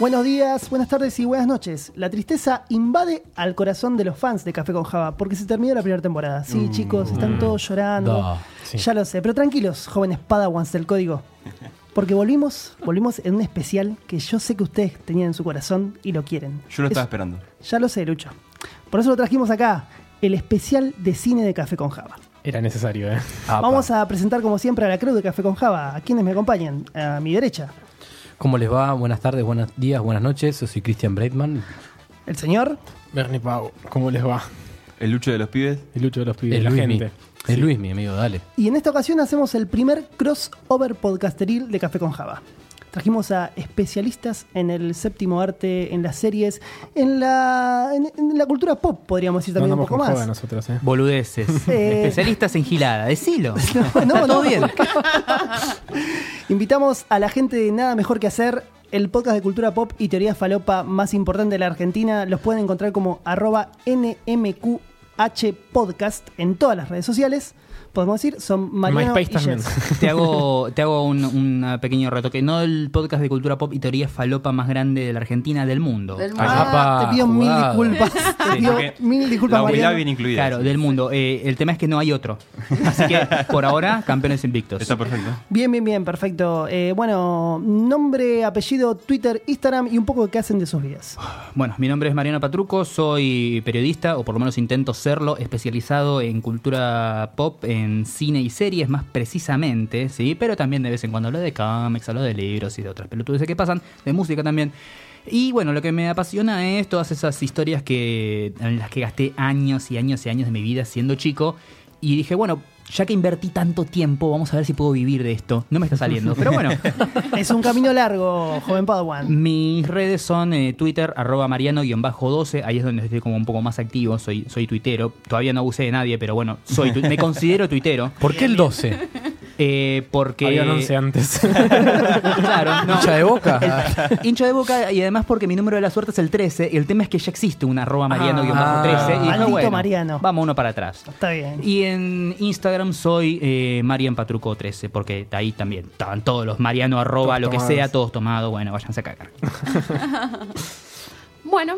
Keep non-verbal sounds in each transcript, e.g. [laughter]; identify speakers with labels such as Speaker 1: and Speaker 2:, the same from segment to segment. Speaker 1: Buenos días, buenas tardes y buenas noches. La tristeza invade al corazón de los fans de Café con Java porque se terminó la primera temporada. Sí, chicos, están todos llorando.
Speaker 2: Mm, Da, sí.
Speaker 1: Ya lo sé, pero tranquilos, jóvenes padawans del código. Porque volvimos, volvimos en un especial que yo sé que ustedes tenían en su corazón y lo quieren.
Speaker 3: Yo lo estaba
Speaker 1: Es-
Speaker 3: esperando.
Speaker 1: Ya lo sé, Lucho. Por eso lo trajimos acá, el especial de cine de Café con Java.
Speaker 2: Era necesario, ¿eh?
Speaker 4: Ah.
Speaker 1: Vamos a presentar como siempre a la crew de Café con Java, a quienes me acompañan. A mi derecha,
Speaker 4: ¿Cómo les va? Buenas tardes, buenos días, buenas noches. Yo soy Cristian Breitman,
Speaker 1: el señor
Speaker 2: Bernie Pau, ¿cómo les va?
Speaker 3: El lucho de los pibes.
Speaker 2: El lucho de los pibes,
Speaker 4: el
Speaker 2: la
Speaker 4: Luismi.
Speaker 2: gente.
Speaker 4: El Luismi, amigo, dale.
Speaker 1: Y en esta ocasión hacemos el primer crossover podcasteril de Café con Java. Trajimos a especialistas en el séptimo arte, en las series, en la, en, en la cultura pop, podríamos decir
Speaker 2: No
Speaker 1: también un
Speaker 2: andamos
Speaker 1: poco
Speaker 2: con joda
Speaker 1: más.
Speaker 2: nosotros, ¿eh?
Speaker 4: [laughs]
Speaker 5: Boludeces.
Speaker 1: Eh.
Speaker 5: Especialistas en gilada, decilo.
Speaker 1: [laughs] No, no,
Speaker 5: Está todo
Speaker 1: no.
Speaker 5: bien.
Speaker 1: [laughs] Invitamos a la gente de Nada Mejor Que Hacer, el podcast de cultura pop y teoría falopa más importante de la Argentina. Los pueden encontrar como arroba NMQH Podcast en todas las redes sociales. Podemos decir, son Mariano
Speaker 2: MySpace
Speaker 1: y
Speaker 2: también.
Speaker 1: Jess.
Speaker 5: Te hago, te hago un, un pequeño retoque. No el podcast de cultura pop y teoría falopa más grande de la Argentina, del mundo.
Speaker 6: Del mundo.
Speaker 4: Ah,
Speaker 1: Ah,
Speaker 4: pa,
Speaker 1: te pido mil
Speaker 4: jugada.
Speaker 1: disculpas. Te
Speaker 5: Sí,
Speaker 1: pido
Speaker 3: porque
Speaker 1: mil disculpas,
Speaker 3: la humildad
Speaker 1: Mariano.
Speaker 3: viene incluida.
Speaker 5: Claro, del mundo. Eh, el tema es que no hay otro. Así que, por ahora, campeones invictos.
Speaker 3: Está perfecto.
Speaker 1: Bien, bien, bien, perfecto. Eh, bueno, nombre, apellido, Twitter, Instagram y un poco de qué hacen de sus vidas.
Speaker 5: Bueno, mi nombre es Mariano Patruco, soy periodista, o por lo menos intento serlo, especializado en cultura pop, en cine y series más precisamente, ¿sí? Pero también de vez en cuando hablo de cómics, hablo de libros y de otras pelotudeces que pasan, de música también. Y bueno, lo que me apasiona es todas esas historias que, en las que gasté años y años y años de mi vida siendo chico. Y dije, bueno, ya que invertí tanto tiempo, vamos a ver si puedo vivir de esto. No me está saliendo, pero bueno.
Speaker 1: Es un camino largo, joven Padawan.
Speaker 5: Mis redes son eh, Twitter, arroba mariano-12, ahí es donde estoy como un poco más activo, soy, soy tuitero, todavía no abusé de nadie, pero bueno, soy tu- me considero tuitero,
Speaker 4: ¿Por qué el 12?
Speaker 5: eh,
Speaker 2: [laughs]
Speaker 5: porque...
Speaker 2: Había un 11 antes.
Speaker 5: [laughs]
Speaker 4: [laughs]
Speaker 5: Claro, no.
Speaker 4: ¿Hincha de boca?
Speaker 5: El- hincho de boca y además porque mi número de la suerte es el 13, y el tema es que ya existe un arroba mariano-13, y dije,
Speaker 1: Maldito
Speaker 5: bueno,
Speaker 1: Mariano.
Speaker 5: vamos uno para atrás.
Speaker 1: Está bien.
Speaker 5: Y en Instagram soy eh, Marianpatruco13, porque ahí también estaban todos los Mariano arroba,
Speaker 2: Todos
Speaker 5: lo que
Speaker 2: tomados.
Speaker 5: sea, todos tomados, bueno, váyanse a cagar.
Speaker 6: Bueno,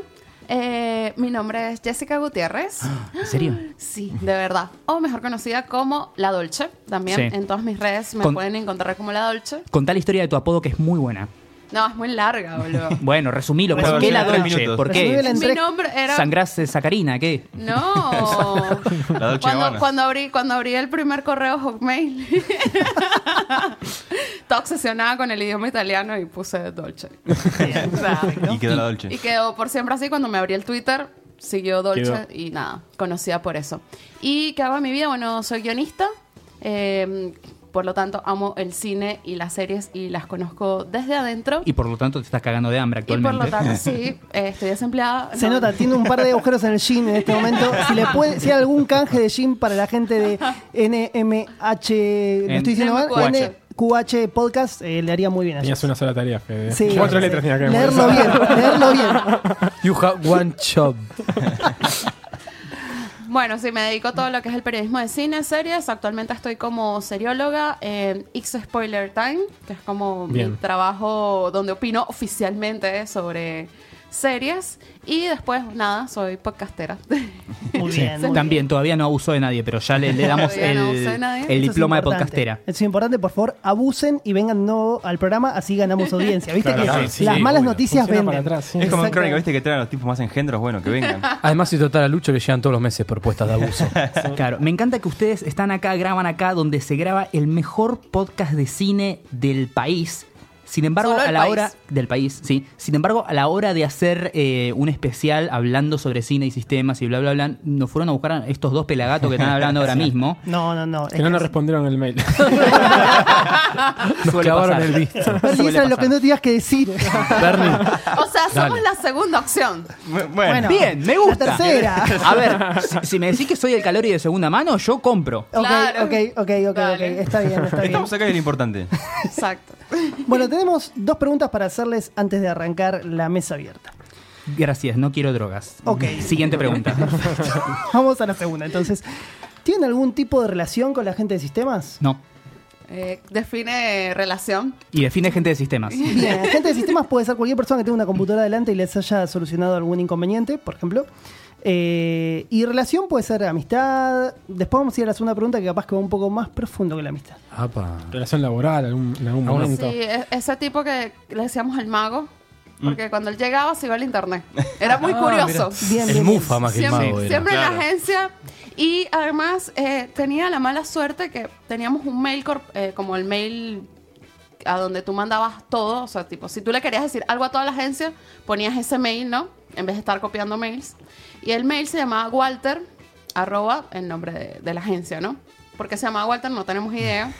Speaker 6: eh, mi nombre es
Speaker 3: [gasps]
Speaker 6: Jessica Gutiérrez.
Speaker 5: ¿En serio?
Speaker 6: Sí, de verdad. O mejor conocida como La Dolce. También
Speaker 5: Sí.
Speaker 6: en todas mis redes me
Speaker 5: Con-
Speaker 6: pueden encontrar como La Dolce.
Speaker 5: Contá la historia de tu apodo que es muy buena.
Speaker 6: No, es muy
Speaker 3: [laughs]
Speaker 6: larga, boludo.
Speaker 5: Bueno, resumilo. ¿Por
Speaker 1: Resumí
Speaker 5: qué
Speaker 1: en
Speaker 5: la
Speaker 1: tres
Speaker 5: Dolce?
Speaker 3: minutos.
Speaker 5: ¿Por
Speaker 1: Resumíla
Speaker 5: qué?
Speaker 1: en
Speaker 6: Mi
Speaker 1: tres-
Speaker 6: nombre era...
Speaker 5: ¿Sangraste sacarina? ¿Qué?
Speaker 6: No.
Speaker 3: [laughs] La Dolce Gabbana.
Speaker 6: cuando, cuando abrí cuando abrí el primer correo Hotmail, [laughs]
Speaker 3: [laughs]
Speaker 6: estaba obsesionada con el idioma italiano y puse Dolce. O sea,
Speaker 3: Y quedó la dolce.
Speaker 6: Y quedó por siempre así. Cuando me abrí el Twitter, siguió Dolce
Speaker 2: Quedó.
Speaker 6: y nada, conocida por eso. ¿Y qué hago en mi vida? Bueno, soy guionista. eh, por lo tanto, amo el cine y las series y las conozco desde adentro.
Speaker 5: Y por lo tanto te estás cagando de hambre
Speaker 6: Y por
Speaker 5: actualmente.
Speaker 6: lo
Speaker 5: [laughs]
Speaker 6: tanto, sí, eh, estoy desempleada.
Speaker 1: Se
Speaker 6: no-
Speaker 1: nota, tiene un par de agujeros en el jean en este momento. Si le puede, si hay algún canje de jean para la gente de NMH, ¿lo
Speaker 5: En-
Speaker 1: estoy diciendo mal?
Speaker 6: NMQH.
Speaker 1: NQH Podcast, eh, le haría muy bien a
Speaker 2: [laughs] Tenías
Speaker 1: Jess.
Speaker 2: una sola tarea, Fede.
Speaker 1: Sí.
Speaker 2: Cuatro letras tenía que
Speaker 1: Leerlo bien, [laughs] leerlo bien.
Speaker 4: You have one job.
Speaker 6: Bueno, sí, me dedico a todo lo que es el periodismo de cine, series. Actualmente estoy como serióloga en X Spoiler Time, que es como mi
Speaker 2: Bien.
Speaker 6: trabajo donde opino oficialmente sobre series. Y después, nada, soy podcastera. [laughs]
Speaker 1: Muy
Speaker 5: Sí.
Speaker 1: bien. muy bien.
Speaker 5: También, todavía no abusó de nadie, pero ya le, le damos
Speaker 6: Todavía no
Speaker 5: el,
Speaker 6: abusó de nadie.
Speaker 5: el
Speaker 1: Eso es
Speaker 5: diploma de
Speaker 1: importante.
Speaker 5: podcastera.
Speaker 1: Eso es importante, por favor, abusen y vengan nuevo al programa, así ganamos audiencia. Viste
Speaker 2: Claro,
Speaker 1: que
Speaker 2: sí, sí,
Speaker 1: las malas
Speaker 2: obvio.
Speaker 1: noticias
Speaker 2: Funciona
Speaker 1: venden.
Speaker 2: para atrás, sí.
Speaker 3: Es como en
Speaker 1: Exactamente.
Speaker 3: crónica, viste que traen a los tipos más engendros, bueno, que vengan.
Speaker 4: Además, si total a Lucho le llegan todos los meses propuestas de abuso.
Speaker 5: Claro, me encanta que ustedes están acá, graban acá, donde se graba el mejor podcast de cine del país. Sin embargo,
Speaker 6: Solo del
Speaker 5: a la
Speaker 6: país.
Speaker 5: hora del país, sí. Sin embargo, a la hora de hacer eh, un especial hablando sobre cine y sistemas y bla, bla, bla, nos fueron a buscar a estos dos pelagatos que están hablando ahora mismo.
Speaker 1: No, no, no.
Speaker 2: [laughs] Que no nos respondieron el mail. [laughs]
Speaker 5: [laughs]
Speaker 4: Nos
Speaker 5: Suele
Speaker 4: clavaron
Speaker 5: pasar.
Speaker 4: el visto.
Speaker 1: Bernie,
Speaker 5: Suele
Speaker 1: eso es lo
Speaker 5: pasar.
Speaker 1: que no tenías que
Speaker 2: [laughs]
Speaker 1: decir.
Speaker 4: Bernie,
Speaker 6: o sea, somos
Speaker 4: Dale.
Speaker 6: la segunda opción.
Speaker 3: Bueno,
Speaker 1: Bueno.
Speaker 5: Bien, me
Speaker 1: La
Speaker 5: gusta.
Speaker 1: tercera.
Speaker 5: [laughs] A ver, si, si me decís que soy el calorio de segunda mano, yo compro.
Speaker 1: Ok,
Speaker 6: Claro.
Speaker 1: ok, ok, ok, ok.
Speaker 6: Dale.
Speaker 1: Está bien, está bien.
Speaker 3: estamos acá y es lo importante.
Speaker 6: Exacto. [laughs]
Speaker 1: Bueno, tenemos dos preguntas para hacerles antes de arrancar la mesa abierta.
Speaker 5: Gracias, no quiero drogas.
Speaker 1: Ok.
Speaker 5: Siguiente pregunta.
Speaker 1: [laughs] Vamos a la segunda, entonces. ¿Tienen algún tipo de relación con la gente de sistemas?
Speaker 5: No.
Speaker 6: Eh, define relación.
Speaker 5: Y define gente de sistemas.
Speaker 1: Bien, [laughs] gente de sistemas puede ser cualquier persona que tenga una computadora delante y les haya solucionado algún inconveniente, por ejemplo. Eh, y relación puede ser amistad. Después vamos a ir a la segunda pregunta que capaz que va un poco más profundo que la amistad.
Speaker 4: Apa.
Speaker 2: Relación laboral algún- en algún
Speaker 4: Ah, bueno.
Speaker 2: momento.
Speaker 6: Sí, e- ese tipo que le decíamos el mago, porque cuando él llegaba se iba al internet. Era muy
Speaker 4: Mm. Ah,
Speaker 6: curioso.
Speaker 4: mira.
Speaker 1: Bien,
Speaker 4: el
Speaker 1: bien,
Speaker 4: mufa más que el
Speaker 6: Siempre,
Speaker 4: mago era.
Speaker 6: siempre en
Speaker 3: Claro.
Speaker 6: la agencia. Y además eh, tenía la mala suerte que teníamos un mail, corp- eh, como el mail a donde tú mandabas todo. O sea, tipo, si tú le querías decir algo a toda la agencia, ponías ese mail, ¿no? En vez de estar copiando mails. Y el mail se llamaba Walter, arroba el nombre de, de la agencia, ¿no? Porque se llamaba Walter, no tenemos idea.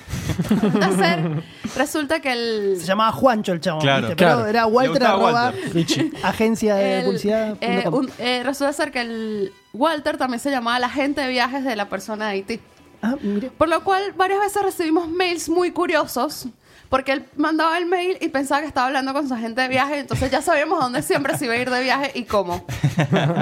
Speaker 6: Tercer, resulta que el...
Speaker 1: Se llamaba Juancho el chavo,
Speaker 3: Claro,
Speaker 1: ¿viste?
Speaker 4: claro.
Speaker 1: pero era
Speaker 3: Le
Speaker 1: Walter,
Speaker 3: gustaba
Speaker 1: arroba,
Speaker 3: Walter.
Speaker 1: agencia de
Speaker 6: el-
Speaker 1: publicidad.
Speaker 6: eh,
Speaker 1: punto com.
Speaker 6: un- eh, resulta ser que el Walter también se llamaba la gente de viajes de la persona de Haití.
Speaker 1: Ah, mire.
Speaker 6: Por lo cual, varias veces recibimos mails muy curiosos. Porque él mandaba el mail y pensaba que estaba hablando con su agente de viaje, entonces ya sabíamos a dónde siempre se iba a ir de viaje y cómo.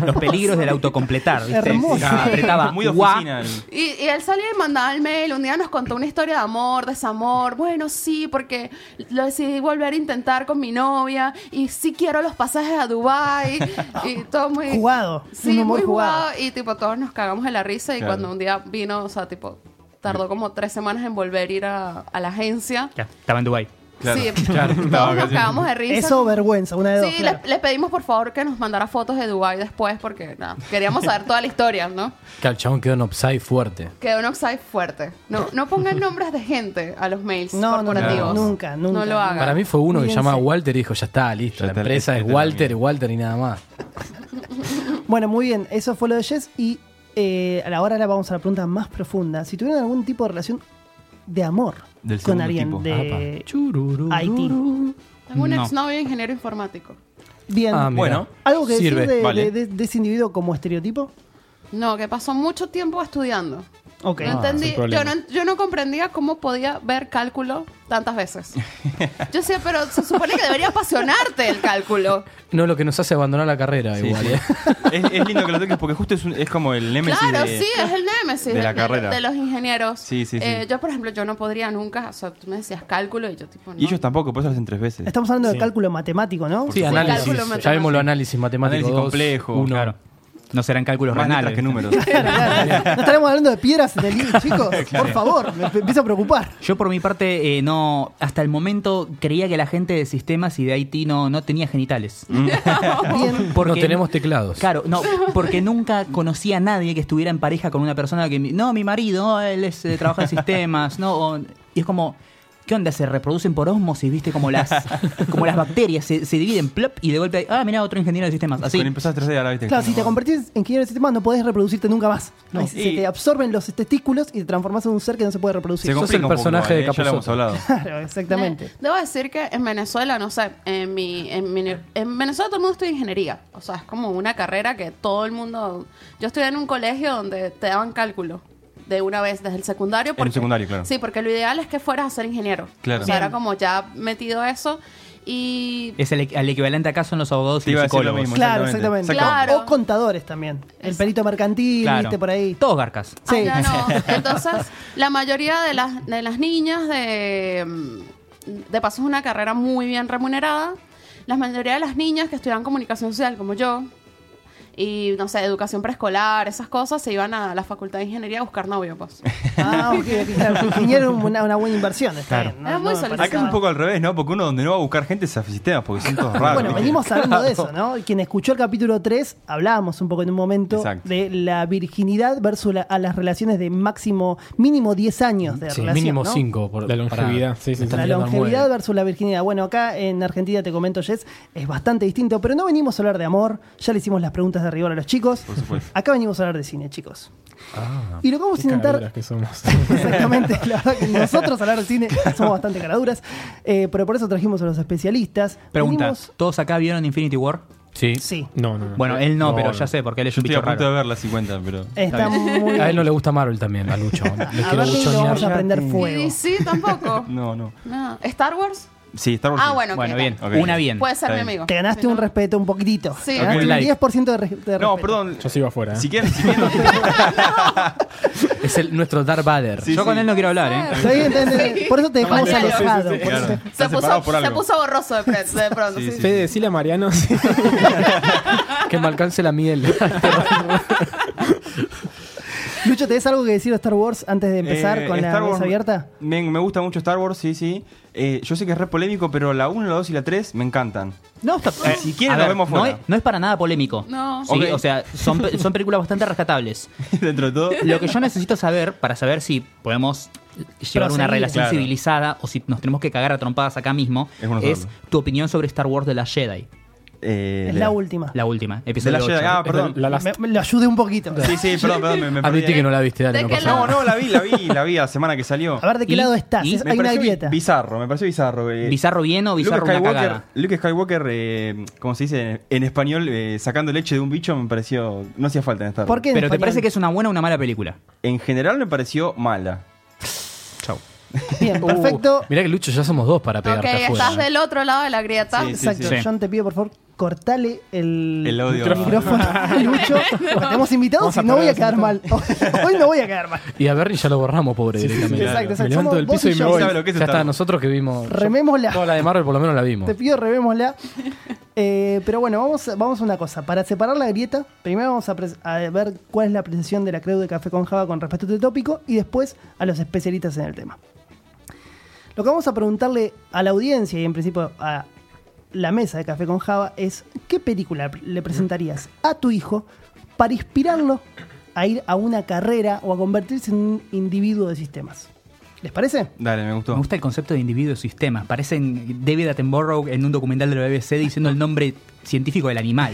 Speaker 5: Los peligros del autocompletar, ¿viste?
Speaker 1: Hermoso.
Speaker 5: Sí, Ah, Apretaba
Speaker 3: Muy
Speaker 5: guá.
Speaker 3: oficina. el-
Speaker 6: Y, y él salía y mandaba el mail. Un día nos contó una historia de amor, desamor. Bueno, sí, porque lo decidí volver a intentar con mi novia. Y sí quiero los pasajes a Dubai Y
Speaker 1: [laughs]
Speaker 6: todo muy...
Speaker 1: Jugado,
Speaker 6: Sí,
Speaker 1: un humor
Speaker 6: muy jugado.
Speaker 1: jugado.
Speaker 6: Y tipo, todos nos cagamos de la risa. Y
Speaker 3: Claro.
Speaker 6: cuando un día vino, o sea, tipo, tardó como tres semanas en volver a ir a, a la agencia.
Speaker 5: Ya, estaba en Dubai.
Speaker 3: Claro,
Speaker 6: sí,
Speaker 3: [laughs] claro, estaba
Speaker 6: todos nos
Speaker 3: casi-
Speaker 6: cagamos de risa.
Speaker 1: Eso o vergüenza, una de dos.
Speaker 6: Sí,
Speaker 1: claro.
Speaker 6: les, les pedimos por favor que nos mandara fotos de Dubai después porque nada, queríamos saber toda la historia, ¿no?
Speaker 4: Claro, el chabón quedó en upside fuerte.
Speaker 6: Quedó un oxide fuerte. No, no pongan nombres de gente a los mails
Speaker 1: No, no,
Speaker 6: corporativos.
Speaker 1: no, nunca, nunca.
Speaker 6: No lo hagan.
Speaker 4: Para mí fue uno que
Speaker 1: Mírense.
Speaker 4: llamaba Walter y dijo, ya está, listo.
Speaker 3: Ya
Speaker 4: la
Speaker 3: está, este
Speaker 4: empresa
Speaker 3: esta
Speaker 4: es
Speaker 3: es la
Speaker 4: Walter y
Speaker 3: mía.
Speaker 4: Walter y nada más.
Speaker 1: Bueno, muy bien, eso fue lo de Jess. Y eh, a la hora ahora vamos a la pregunta más profunda. Si tuvieron algún tipo de relación de amor
Speaker 3: Del
Speaker 1: con
Speaker 3: segundo
Speaker 1: alguien
Speaker 3: tipo.
Speaker 1: de
Speaker 4: Apa. Churururu.
Speaker 1: Haití.
Speaker 6: Tengo un
Speaker 5: No.
Speaker 6: exnovio ingeniero informático.
Speaker 1: Bien.
Speaker 4: Ah, mira.
Speaker 3: Bueno,
Speaker 1: ¿Algo que
Speaker 4: sirve.
Speaker 1: decir de,
Speaker 3: Vale.
Speaker 1: de- de- de ese individuo como estereotipo?
Speaker 6: No, que pasó mucho tiempo estudiando.
Speaker 1: Ok. Ah,
Speaker 6: No entendí-
Speaker 2: es un
Speaker 6: yo,
Speaker 2: problema.
Speaker 6: no, en- yo no comprendía cómo podía ver cálculo tantas
Speaker 3: [laughs]
Speaker 6: veces. Yo decía, pero se supone que debería apasionarte el
Speaker 3: [laughs]
Speaker 6: cálculo.
Speaker 4: No, lo que nos hace abandonar la
Speaker 5: Ah,
Speaker 4: carrera
Speaker 3: Sí,
Speaker 4: igual.
Speaker 3: sí.
Speaker 4: ¿eh?
Speaker 3: [laughs] es, es lindo que lo toques porque justo es, un- es como el némesis
Speaker 6: Claro,
Speaker 3: de-
Speaker 6: sí, es el némesis
Speaker 3: de la carrera.
Speaker 6: de los ingenieros.
Speaker 3: Sí, sí, sí.
Speaker 6: Eh, yo, por ejemplo, yo no podría nunca, o sea, tú me decías cálculo y yo tipo no.
Speaker 3: Y ellos tampoco, por eso lo hacen tres veces.
Speaker 1: Estamos hablando de cálculo matemático, ¿no?
Speaker 4: Sí, análisis.
Speaker 1: [laughs]
Speaker 6: Cálculo matemático.
Speaker 4: Ya vemos lo análisis matemático.
Speaker 3: Análisis
Speaker 4: dos,
Speaker 3: complejo.
Speaker 4: uno.
Speaker 5: Claro. No serán cálculos
Speaker 3: Más letras
Speaker 5: renales.
Speaker 3: que números.
Speaker 1: No estaremos hablando de piedras en el libro,
Speaker 3: [laughs]
Speaker 1: chicos. Por favor, me empiezo a preocupar.
Speaker 5: Yo por mi parte eh, no, hasta el momento creía que la gente de sistemas y de IT no, no tenía genitales.
Speaker 3: Mm.
Speaker 5: [laughs]
Speaker 1: Bien.
Speaker 4: No tenemos teclados.
Speaker 5: Claro, no, porque nunca conocí a nadie que estuviera en pareja con una persona que, mi- no, mi marido, él es, eh, trabaja en sistemas, no, o- y es como, ¿qué onda? Se reproducen por osmosis, viste, como
Speaker 3: [laughs]
Speaker 5: las, como las bacterias, se, se dividen, plop, y de golpe, hay, ah, mira, otro ingeniero de sistemas, así.
Speaker 3: Cuando empezás a estresar, ahora viste.
Speaker 1: Claro, si te
Speaker 3: No.
Speaker 1: convertís en ingeniero de sistemas no podés reproducirte nunca más.
Speaker 3: No.
Speaker 1: Ahí Se se
Speaker 3: Y-
Speaker 1: te absorben los testículos y te transformás en un ser que no se puede reproducir.
Speaker 3: Se
Speaker 4: sos
Speaker 3: complica
Speaker 4: el
Speaker 3: un poco,
Speaker 4: personaje
Speaker 3: ¿eh?
Speaker 4: de
Speaker 3: Ya lo hemos
Speaker 4: Capusotto.
Speaker 3: hablado.
Speaker 1: Claro, exactamente.
Speaker 6: De- debo decir que en Venezuela, no sé, en, mi, en, mi uni- en Venezuela todo el mundo estudia ingeniería. O sea, es como una carrera que todo el mundo... Yo estudié en un colegio donde te daban cálculo de una vez desde el secundario. porque-
Speaker 3: secundario, claro.
Speaker 6: Sí, porque lo ideal es que fueras a ser ingeniero.
Speaker 3: Claro.
Speaker 6: O sea, era
Speaker 3: Bien.
Speaker 6: como ya metido eso y...
Speaker 5: Es el, e- al equivalente acá son los abogados
Speaker 3: Te
Speaker 5: y los
Speaker 3: iba a decir lo
Speaker 5: psicólogos.
Speaker 3: mismo.
Speaker 1: Claro,
Speaker 3: Exactamente.
Speaker 1: exactamente.
Speaker 6: Exactamente. Claro.
Speaker 1: O contadores también. El perito mercantil, viste, por ahí.
Speaker 5: Todos garcas.
Speaker 1: Sí.
Speaker 6: Allá no. Entonces, la mayoría de las, de las niñas de, mm, de paso es una carrera muy bien remunerada. La mayoría de las niñas que estudian comunicación social, como yo, y no sé, educación preescolar, esas cosas, se iban a la facultad de ingeniería a buscar novio, pues.
Speaker 1: Ah, ok, ok,
Speaker 3: [laughs]
Speaker 1: claro. Ingeniero es una, una buena inversión. Está
Speaker 5: Claro.
Speaker 1: bien, no-
Speaker 6: Era muy
Speaker 1: no me parece
Speaker 6: solicitado.
Speaker 3: Acá es un poco al revés, ¿no? Porque uno donde no va a buscar gente es a sistemas, porque son todos raros.
Speaker 1: Bueno,
Speaker 3: ¿viste?
Speaker 1: venimos hablando de eso, ¿no? Quien escuchó el capítulo 3, hablábamos un poco en un momento
Speaker 3: Exacto.
Speaker 1: de la virginidad versus la- a las relaciones de máximo, mínimo 10 años de
Speaker 4: Sí,
Speaker 1: relación.
Speaker 4: mínimo
Speaker 1: ¿no?
Speaker 4: 5. por
Speaker 2: La longevidad,
Speaker 4: para-
Speaker 2: sí, sí, sí.
Speaker 4: están
Speaker 1: La
Speaker 4: tirando al
Speaker 1: longevidad
Speaker 4: nueve.
Speaker 1: versus la virginidad. Bueno, acá en Argentina, te comento, Jess, es bastante distinto, pero no venimos a hablar de amor. Ya le hicimos las preguntas de rigor a los chicos.
Speaker 3: Por supuesto.
Speaker 1: Acá venimos a hablar de cine, chicos.
Speaker 4: Ah,
Speaker 1: Y lo que vamos a
Speaker 2: Qué
Speaker 1: intentar
Speaker 2: cabras que somos.
Speaker 1: [laughs] Exactamente, la verdad que nosotros hablar de cine somos bastante caraduras, eh, pero por eso trajimos a los especialistas.
Speaker 5: Pregunta,
Speaker 1: Venimos-
Speaker 5: ¿todos acá vieron Infinity War?
Speaker 4: sí.
Speaker 1: Sí,
Speaker 2: No, no, no.
Speaker 5: Bueno, él no,
Speaker 2: No,
Speaker 5: pero
Speaker 2: no.
Speaker 5: ya sé, porque él es
Speaker 3: Yo
Speaker 5: un
Speaker 3: estoy a
Speaker 5: bicho
Speaker 3: punto de
Speaker 5: raro.
Speaker 3: ver la 50, pero.
Speaker 1: está muy...
Speaker 4: A él no le gusta Marvel también, a
Speaker 1: [laughs]
Speaker 4: Lucho. Le
Speaker 1: A
Speaker 4: quiero
Speaker 1: ver si lo
Speaker 4: buchonear.
Speaker 1: vamos a prender
Speaker 6: Y
Speaker 1: fuego.
Speaker 6: sí,
Speaker 3: [laughs]
Speaker 6: tampoco.
Speaker 3: No, no.
Speaker 6: No. ¿Star Wars?
Speaker 3: Sí, Star Wars.
Speaker 6: Ah,
Speaker 3: sí.
Speaker 6: bueno,
Speaker 5: Bueno,
Speaker 6: ok,
Speaker 5: bien,
Speaker 3: Ok.
Speaker 5: una bien.
Speaker 6: Puede
Speaker 4: Pues-
Speaker 6: ser mi
Speaker 3: Está bien.
Speaker 6: amigo.
Speaker 1: Te ganaste un respeto un poquitito.
Speaker 6: Sí.
Speaker 1: Te ganaste
Speaker 4: Ok.
Speaker 1: un 10% de, re- de respeto.
Speaker 2: ¿eh?
Speaker 3: No, perdón.
Speaker 2: Yo sigo afuera. ¿eh?
Speaker 3: Si quieren, si quieren,
Speaker 4: Es el, nuestro Darth Vader.
Speaker 3: Sí,
Speaker 5: Yo
Speaker 3: sí.
Speaker 5: con él no quiero hablar, ¿eh?
Speaker 1: Está bien, está bien, está bien. Por eso te dejamos
Speaker 6: Sí, sí, sí,
Speaker 1: alojado.
Speaker 2: sí, sí,
Speaker 1: por eso
Speaker 3: claro.
Speaker 1: te-
Speaker 6: Se
Speaker 3: Está separado
Speaker 6: puso,
Speaker 3: por
Speaker 6: se
Speaker 3: algo.
Speaker 6: puso borroso de, pre- de pronto.
Speaker 3: Sí,
Speaker 6: sí,
Speaker 3: sí.
Speaker 6: sí.
Speaker 2: Fede, decile a
Speaker 5: [laughs]
Speaker 2: Mariano. sí.
Speaker 4: [laughs] Que me alcance la miel.
Speaker 1: Lucho, ¿tenés algo que decir de Star Wars antes de empezar
Speaker 3: Eh,
Speaker 1: con la
Speaker 3: Star Wars-
Speaker 1: mesa abierta?
Speaker 3: Me, me gusta mucho Star Wars, sí, sí. Eh, yo sé que es re polémico, pero la 1, la 2 y la 3 me encantan. [laughs]
Speaker 1: No, está.
Speaker 3: Eh, si quieren,
Speaker 5: A
Speaker 3: lo
Speaker 5: ver,
Speaker 3: vemos
Speaker 5: no
Speaker 3: fuera.
Speaker 5: es, no es para nada polémico.
Speaker 6: No.
Speaker 5: Sí,
Speaker 3: Ok.
Speaker 5: O sea, son, pe- son películas bastante rescatables.
Speaker 3: Dentro de todo.
Speaker 5: Lo que yo necesito saber para saber si podemos llevar una
Speaker 1: Proseguir.
Speaker 5: relación
Speaker 3: Claro.
Speaker 5: civilizada o si nos tenemos que cagar a trompadas acá mismo
Speaker 3: Es bueno
Speaker 5: es
Speaker 3: saberlo.
Speaker 5: tu opinión sobre Star Wars de la Jedi,
Speaker 3: Eh,
Speaker 1: Es
Speaker 3: le-
Speaker 1: la última.
Speaker 5: la última,
Speaker 3: De
Speaker 5: episodio
Speaker 3: la Jedi.
Speaker 5: 8.
Speaker 3: Ah, perdón.
Speaker 2: La last-
Speaker 1: Me, me lo ayude un poquito.
Speaker 3: Sí, sí, perdón, perdón, me, me perdí.
Speaker 4: Admití que no la viste, dale,
Speaker 6: ¿De
Speaker 4: no
Speaker 6: qué
Speaker 4: pasa
Speaker 6: lado?
Speaker 4: nada.
Speaker 3: No, no, la vi, la vi, la vi la semana que salió.
Speaker 1: A ver, ¿de qué
Speaker 5: Y-
Speaker 1: lado estás?
Speaker 5: y
Speaker 1: Es-
Speaker 3: Me
Speaker 1: Hay una
Speaker 3: pareció bi-
Speaker 1: grieta.
Speaker 3: Bizarro, me pareció bizarro. eh.
Speaker 5: ¿Bizarro bien o bizarro
Speaker 3: Luke
Speaker 5: una
Speaker 3: Skywalker,
Speaker 5: cagada?
Speaker 3: Luke Skywalker eh, como se dice en, en español, eh, sacando leche de un bicho, me pareció. No hacía falta en Star Wars.
Speaker 1: ¿Por qué en
Speaker 5: Pero ¿te
Speaker 1: español?
Speaker 5: parece que es una buena o una mala película?
Speaker 3: En general me pareció mala.
Speaker 5: Chau.
Speaker 1: Bien,
Speaker 4: Uh,
Speaker 1: perfecto.
Speaker 4: mirá que Lucho, ya somos dos para
Speaker 6: Ok,
Speaker 4: pegarte afuera.
Speaker 6: estás del otro lado de la grieta.
Speaker 3: Sí, sí.
Speaker 1: Exacto.
Speaker 5: sí.
Speaker 1: John, te pido por favor, cortale el,
Speaker 3: El audio.
Speaker 1: micrófono a Lucho. porque Te hemos invitado,
Speaker 2: Vamos
Speaker 1: si
Speaker 2: a
Speaker 1: no voy a
Speaker 2: perder
Speaker 1: quedar
Speaker 2: los
Speaker 1: mal. [laughs] Hoy no voy a quedar mal.
Speaker 4: Y a Bernie ya lo borramos, pobre, directamente.
Speaker 1: Exacto, exacto.
Speaker 2: Me levanto
Speaker 1: Somos
Speaker 2: del
Speaker 1: vos
Speaker 2: piso
Speaker 1: y
Speaker 2: y me
Speaker 1: yo.
Speaker 2: voy.
Speaker 3: ¿Sabe lo que es
Speaker 4: Ya
Speaker 3: Star
Speaker 4: está,
Speaker 3: Wars?
Speaker 4: nosotros que vimos. Toda
Speaker 1: Remémosla.
Speaker 4: la de Marvel por lo menos la vimos.
Speaker 1: Te pido, remémosla. [laughs] Eh, pero bueno, vamos, a- vamos a una cosa. Para separar la grieta, primero vamos a, pres- a ver cuál es la apreciación de la Creu de Café con Java con respecto a este tópico y después a los especialistas en el tema. Lo que vamos a preguntarle a la audiencia y en principio a la mesa de Café con Java es ¿qué película le presentarías a tu hijo para inspirarlo a ir a una carrera o a convertirse en un individuo de sistemas? ¿Les parece?
Speaker 3: Dale, me gustó.
Speaker 5: Me gusta el concepto de individuo sistema. Parecen David Attenborough en un documental de la BBC diciendo el nombre científico del
Speaker 3: [laughs]
Speaker 5: animal.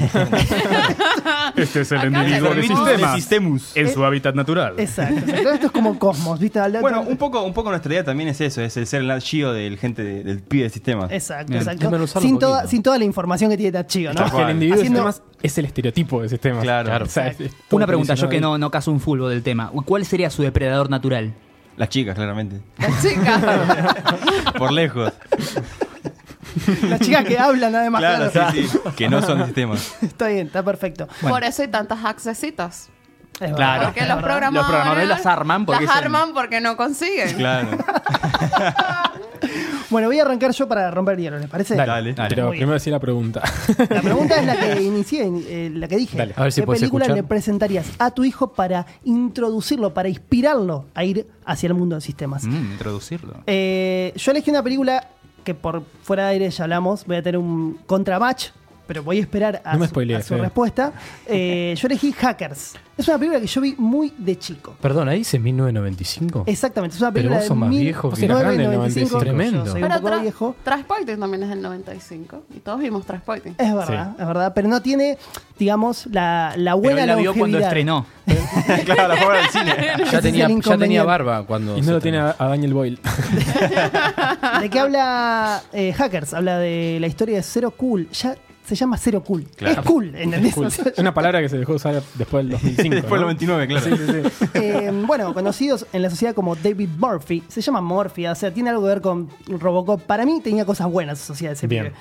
Speaker 7: Este es el
Speaker 6: Acá
Speaker 7: individuo de
Speaker 6: tenemos- [laughs]
Speaker 7: sistemas
Speaker 3: Sistemus.
Speaker 7: en su hábitat natural.
Speaker 1: Exacto. exacto. Esto es como Cosmos, ¿viste? Al-
Speaker 3: Bueno, un poco, un poco nuestra idea también es eso, es el ser el Nat Geo del gente de- del pibe de sistemas.
Speaker 1: Exacto,
Speaker 5: Bien,
Speaker 1: exacto.
Speaker 4: desmenuzarlo
Speaker 1: Sin
Speaker 4: un poquito.
Speaker 1: toda, sin toda la información que tiene Tachigo, ¿no?
Speaker 3: Tal
Speaker 2: Es que el individuo de
Speaker 1: Haciendo-
Speaker 2: sistemas es el estereotipo de sistemas.
Speaker 3: Claro.
Speaker 2: O sea, es- es todo
Speaker 5: Una pregunta, yo
Speaker 2: condicionado
Speaker 5: que
Speaker 2: ahí.
Speaker 5: no, no caso un fulbo del tema. ¿Cuál sería su depredador natural?
Speaker 3: Las chicas, claramente.
Speaker 6: La chica.
Speaker 3: Por
Speaker 1: [laughs]
Speaker 3: lejos.
Speaker 1: Las chicas que hablan además.
Speaker 3: claro,
Speaker 1: Claro,
Speaker 3: sí, sí. Que no son de sistemas.
Speaker 1: [laughs] Está bien, está perfecto.
Speaker 6: Por eso hay tantas accesitas.
Speaker 1: Es
Speaker 5: Claro.
Speaker 1: verdad,
Speaker 6: Porque
Speaker 1: es
Speaker 6: los
Speaker 1: verdad.
Speaker 6: programadores,
Speaker 5: Los programadores las arman porque
Speaker 6: las
Speaker 5: es el-
Speaker 6: arman porque no consiguen.
Speaker 3: Claro.
Speaker 1: Bueno, voy a arrancar yo para romper hielo, ¿les parece?
Speaker 2: Dale,
Speaker 3: Dale.
Speaker 2: Pero
Speaker 1: Muy bien.
Speaker 2: primero decir la pregunta.
Speaker 1: La pregunta es la que inicié, eh, la que dije.
Speaker 2: Dale,
Speaker 4: a ver si
Speaker 1: ¿Qué
Speaker 4: puedes
Speaker 1: película
Speaker 4: escuchar?
Speaker 1: le presentarías a tu hijo para introducirlo, para inspirarlo a ir hacia el mundo de sistemas?
Speaker 5: Mm, introducirlo.
Speaker 1: Eh, yo elegí una película que por fuera de aire ya hablamos, voy a tener un contramatch, pero voy a esperar a
Speaker 2: No me
Speaker 1: su,
Speaker 2: spoilees,
Speaker 1: a su
Speaker 2: Fede.
Speaker 1: respuesta.
Speaker 4: [laughs]
Speaker 1: Eh, yo elegí Hackers. Es una película que yo vi muy de chico.
Speaker 4: Perdón, ahí dice 1995.
Speaker 1: Exactamente, es una
Speaker 4: Pero
Speaker 1: película
Speaker 4: vos sos
Speaker 1: de
Speaker 4: más
Speaker 1: mil-
Speaker 4: viejo que-
Speaker 1: 1995.
Speaker 4: Tremendo.
Speaker 1: Yo soy un
Speaker 6: Pero
Speaker 1: poco
Speaker 6: tra
Speaker 1: viejo.
Speaker 6: Transporting también es del 95. Y todos vimos Transporting.
Speaker 1: Es verdad, es verdad, pero no tiene, digamos, la, la
Speaker 5: Pero
Speaker 1: buena
Speaker 5: él la vio cuando
Speaker 1: longevidad.
Speaker 5: estrenó.
Speaker 3: [laughs] claro, la forma del cine.
Speaker 1: Ese es
Speaker 4: Ya tenía,
Speaker 1: el
Speaker 4: ya tenía
Speaker 1: inconveniente.
Speaker 4: barba cuando.
Speaker 2: Y
Speaker 4: se
Speaker 2: no lo tiene
Speaker 4: estrenó.
Speaker 2: a, a Daniel Boyle.
Speaker 1: [laughs] ¿De qué habla eh, Hackers? Habla de la historia de Zero Cool. Ya se llama Zero Cool.
Speaker 3: Claro.
Speaker 1: Es cool, ¿entendés?
Speaker 2: Cool.
Speaker 1: O sea,
Speaker 2: Es una palabra que se dejó usar después
Speaker 5: [laughs]
Speaker 2: del 2005.
Speaker 3: Después del
Speaker 2: ¿no?
Speaker 3: 99, claro.
Speaker 2: Sí, sí, sí.
Speaker 1: Eh, bueno, conocidos en la sociedad como David Murphy, se llama Murphy, o sea, tiene algo que ver con Robocop. Para mí tenía cosas buenas esa sociedad ese
Speaker 2: Bien.
Speaker 1: pibe.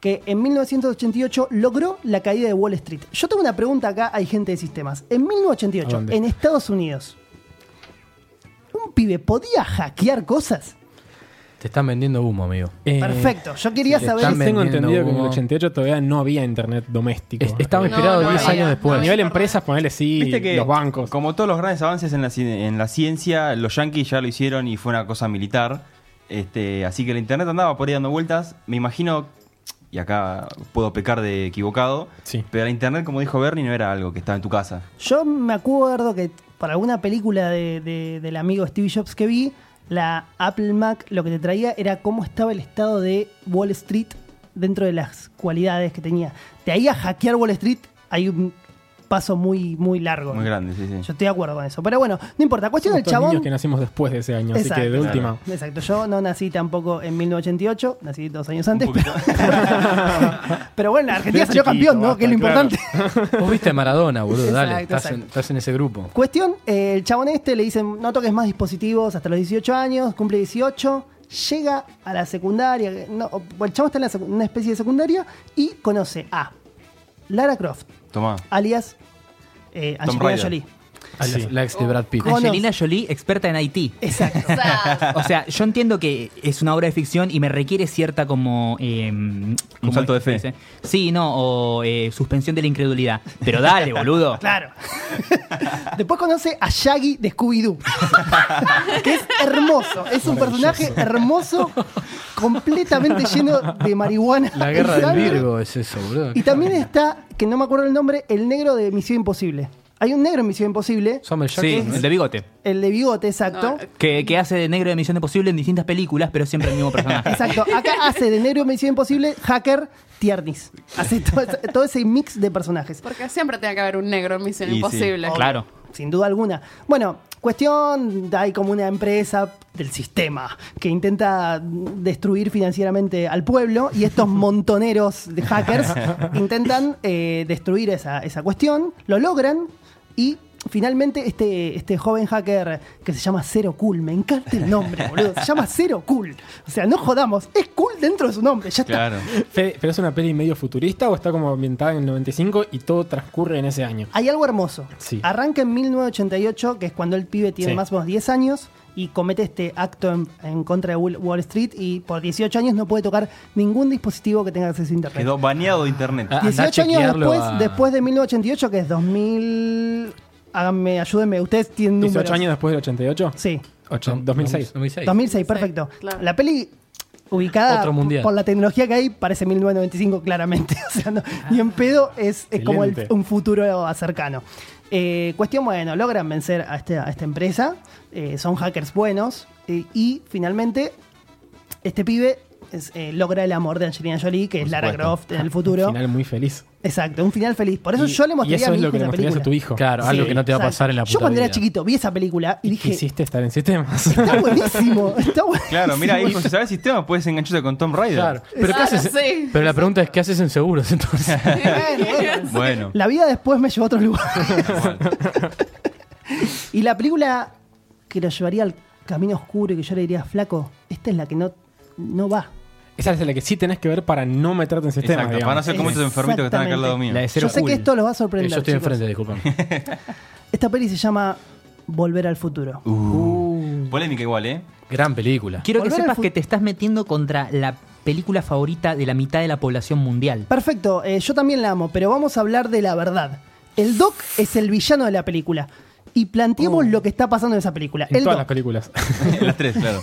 Speaker 1: Que en 1988 logró la caída de Wall Street. Yo tengo una pregunta acá, hay gente de sistemas. En
Speaker 2: ¿A
Speaker 1: 1988,
Speaker 2: dónde?
Speaker 1: en Estados Unidos, ¿un pibe podía hackear cosas?
Speaker 4: Te están vendiendo humo, amigo.
Speaker 2: Eh,
Speaker 1: Perfecto, yo quería
Speaker 4: sí,
Speaker 1: saber...
Speaker 4: están
Speaker 2: Yo tengo
Speaker 4: vendiendo
Speaker 2: entendido que en el
Speaker 4: humo.
Speaker 2: 88 todavía no había internet doméstico.
Speaker 4: Es- estaba
Speaker 2: Eh,
Speaker 6: No,
Speaker 4: inspirado
Speaker 6: no
Speaker 4: 10
Speaker 6: había,
Speaker 4: años
Speaker 2: a
Speaker 4: después.
Speaker 2: nivel
Speaker 6: no.
Speaker 2: empresas, ponerle sí,
Speaker 3: Viste que
Speaker 2: los bancos.
Speaker 3: Como todos los grandes avances en la, cine- en la ciencia, los yankees ya lo hicieron y fue una cosa militar. Este, así que el internet andaba por ahí dando vueltas. Me imagino, y acá puedo pecar de equivocado,
Speaker 2: Sí.
Speaker 3: pero el internet, como dijo Bernie, no era algo que estaba en tu casa.
Speaker 1: Yo me acuerdo que para alguna película de- de- del amigo Steve Jobs que vi, la Apple Mac lo que te traía era cómo estaba el estado de Wall Street dentro de las cualidades que tenía. De ahí a hackear Wall Street hay un paso muy, muy largo.
Speaker 3: Muy grande, sí, sí.
Speaker 1: Yo estoy de acuerdo con eso. Pero bueno, no importa. Cuestión
Speaker 2: Somos
Speaker 1: del
Speaker 2: todos
Speaker 1: chabón.
Speaker 2: niños que nacimos después de ese año, así que de
Speaker 1: Exacto.
Speaker 2: última.
Speaker 1: Exacto, yo no nací tampoco en 1988, nací dos años antes. [laughs]
Speaker 3: Un
Speaker 1: Pero,
Speaker 3: poquito.
Speaker 1: pero bueno, la Argentina
Speaker 2: Era
Speaker 1: salió
Speaker 2: chiquito,
Speaker 1: campeón, ¿no?
Speaker 2: basta,
Speaker 1: que es lo
Speaker 2: claro.
Speaker 1: importante.
Speaker 4: Vos viste a Maradona, boludo,
Speaker 1: Exacto,
Speaker 4: dale. Estás en,
Speaker 1: exacto.
Speaker 4: estás en ese grupo.
Speaker 1: Cuestión, eh, el chabón este le dicen, no toques más dispositivos hasta los 18 años, cumple 18, llega a la secundaria, no, o- el chabón está en la secu- una especie de secundaria y conoce a Lara Croft,
Speaker 3: Tomá.
Speaker 1: alias eh,
Speaker 3: Tomb
Speaker 1: Angelina
Speaker 3: Raider.
Speaker 1: Jolie.
Speaker 4: A la,
Speaker 2: Sí.
Speaker 4: la ex de Brad Pitt.
Speaker 1: Conos.
Speaker 5: Angelina Jolie, experta en Haití.
Speaker 1: Exacto.
Speaker 5: [laughs]
Speaker 6: O sea,
Speaker 5: O sea, yo entiendo que es una obra de ficción y me requiere cierta como... eh, como
Speaker 3: salto de fe.
Speaker 5: dice? Sí, no, o eh, suspensión de la incredulidad. Pero dale,
Speaker 3: [laughs]
Speaker 5: boludo.
Speaker 1: Claro. [laughs] Después conoce a Shaggy de Scooby-Doo. [laughs] que es hermoso. Es un personaje hermoso, completamente lleno de marihuana.
Speaker 4: La guerra
Speaker 1: y
Speaker 4: del
Speaker 1: sangre.
Speaker 4: Virgo es eso, boludo.
Speaker 1: Oh. Y también está, que no me acuerdo el nombre, el negro de Misión Imposible. Hay un negro en Misión Imposible,
Speaker 4: Samuel
Speaker 5: Sí,
Speaker 4: Jackson.
Speaker 5: el de bigote.
Speaker 1: el de bigote, exacto.
Speaker 6: No,
Speaker 5: Que, que hace de negro de Misión Imposible en distintas películas, pero siempre el mismo
Speaker 1: [laughs]
Speaker 5: personaje.
Speaker 1: Exacto. Acá hace de negro en Misión Imposible, hacker, tiernis. Hace todo, ese- todo ese mix de personajes.
Speaker 6: porque siempre tiene que haber un negro en Misión
Speaker 3: Y sí.
Speaker 6: Imposible.
Speaker 5: Claro.
Speaker 1: Sin duda alguna. Bueno, cuestión, hay como una empresa del sistema que intenta destruir financieramente al pueblo y estos montoneros de hackers intentan eh, destruir esa, esa cuestión, lo logran y... Finalmente, este, este joven hacker que se llama Zero Cool, me encanta el nombre, boludo. Se llama Zero Cool. O sea, no jodamos, es cool dentro de su nombre, ya está.
Speaker 3: Claro.
Speaker 2: Fede, ¿Pero es una peli medio futurista o está como ambientada en el 95 y todo transcurre en ese año?
Speaker 1: Hay algo hermoso.
Speaker 2: Sí.
Speaker 1: Arranca en 1988, que es cuando el pibe tiene
Speaker 2: Sí.
Speaker 1: más o menos 10 años y comete este acto en, en contra de Wall Wall Street y por 18 años no puede tocar ningún dispositivo que tenga acceso a internet.
Speaker 3: Quedó baneado de internet.
Speaker 4: Ah. Andá a
Speaker 1: 18 años
Speaker 4: chequearlo
Speaker 1: después,
Speaker 4: a-
Speaker 1: después de 1988, que es 2000... Háganme, ayúdenme, ustedes tienen números.
Speaker 2: 18 años después del 88?
Speaker 1: Sí.
Speaker 2: Ocho- 2006.
Speaker 4: 2006.
Speaker 1: 2006, perfecto.
Speaker 6: claro.
Speaker 1: La peli ubicada
Speaker 4: Otro mundial.
Speaker 1: por la tecnología que hay parece 1995 claramente. [laughs] O sea, no- ni en pedo es, es como el-
Speaker 2: Excelente.
Speaker 1: un futuro cercano. Eh, cuestión, bueno, logran vencer a, este- a esta empresa, eh, son hackers buenos eh, y finalmente este pibe es, eh, logra el amor de Angelina Jolie, que es Lara
Speaker 3: supuesto.
Speaker 1: Croft en el futuro.
Speaker 2: [laughs] Un final muy feliz.
Speaker 1: Exacto, un final feliz. Por eso
Speaker 2: Y-
Speaker 1: yo le mostraría
Speaker 2: Y
Speaker 1: a
Speaker 2: eso
Speaker 1: mi
Speaker 2: es lo
Speaker 1: hijo
Speaker 2: que le
Speaker 1: esa
Speaker 2: mostrarías
Speaker 1: película.
Speaker 2: a tu hijo.
Speaker 4: Claro, algo que no te va a
Speaker 1: Exacto.
Speaker 4: pasar en la puta
Speaker 1: Yo cuando era
Speaker 4: vida.
Speaker 1: chiquito vi esa película y,
Speaker 2: Y
Speaker 1: dije,
Speaker 2: Quisiste estar
Speaker 1: [laughs]
Speaker 2: en sistemas.
Speaker 1: está buenísimo, está buenísimo. [laughs]
Speaker 3: Claro, mira, hijo, si sabes sistema, puedes engancharte con Tom Raider.
Speaker 4: Claro. Pero, ¿qué
Speaker 6: Ah,
Speaker 4: haces?
Speaker 6: sí.
Speaker 4: Pero la pregunta es: ¿qué haces en seguros entonces?
Speaker 2: [laughs]
Speaker 1: Bueno, bueno.
Speaker 3: Bueno,
Speaker 1: La vida después me llevó a otro lugar. y la película que lo llevaría al camino oscuro y que yo le diría flaco, esta es la que no, no va.
Speaker 2: Esa es la que sí tenés que ver para no meterte en sistemas.
Speaker 3: exacto.
Speaker 2: digamos.
Speaker 3: Para no ser como estos enfermitos que están acá al lado mío.
Speaker 5: La de cero
Speaker 1: yo sé
Speaker 5: cool.
Speaker 1: que esto los va a
Speaker 4: Eh,
Speaker 1: sorprender.
Speaker 4: Yo estoy
Speaker 1: chicos.
Speaker 4: enfrente, disculpame.
Speaker 1: Esta peli se llama Volver al futuro.
Speaker 2: Uh.
Speaker 3: Polémica igual, ¿eh? [laughs]
Speaker 4: Gran película.
Speaker 5: Quiero que
Speaker 1: Volver al
Speaker 5: sepas
Speaker 1: fu-
Speaker 5: que te estás metiendo contra la película favorita de la mitad de la población mundial.
Speaker 1: Perfecto, eh, yo también la amo, pero vamos a hablar de la verdad. El Doc es el villano de la película. Y planteemos lo que está pasando en esa película.
Speaker 2: Uh. En
Speaker 1: El
Speaker 2: todas las
Speaker 1: Doc,
Speaker 2: películas.
Speaker 3: Las tres,
Speaker 2: [laughs]
Speaker 3: claro.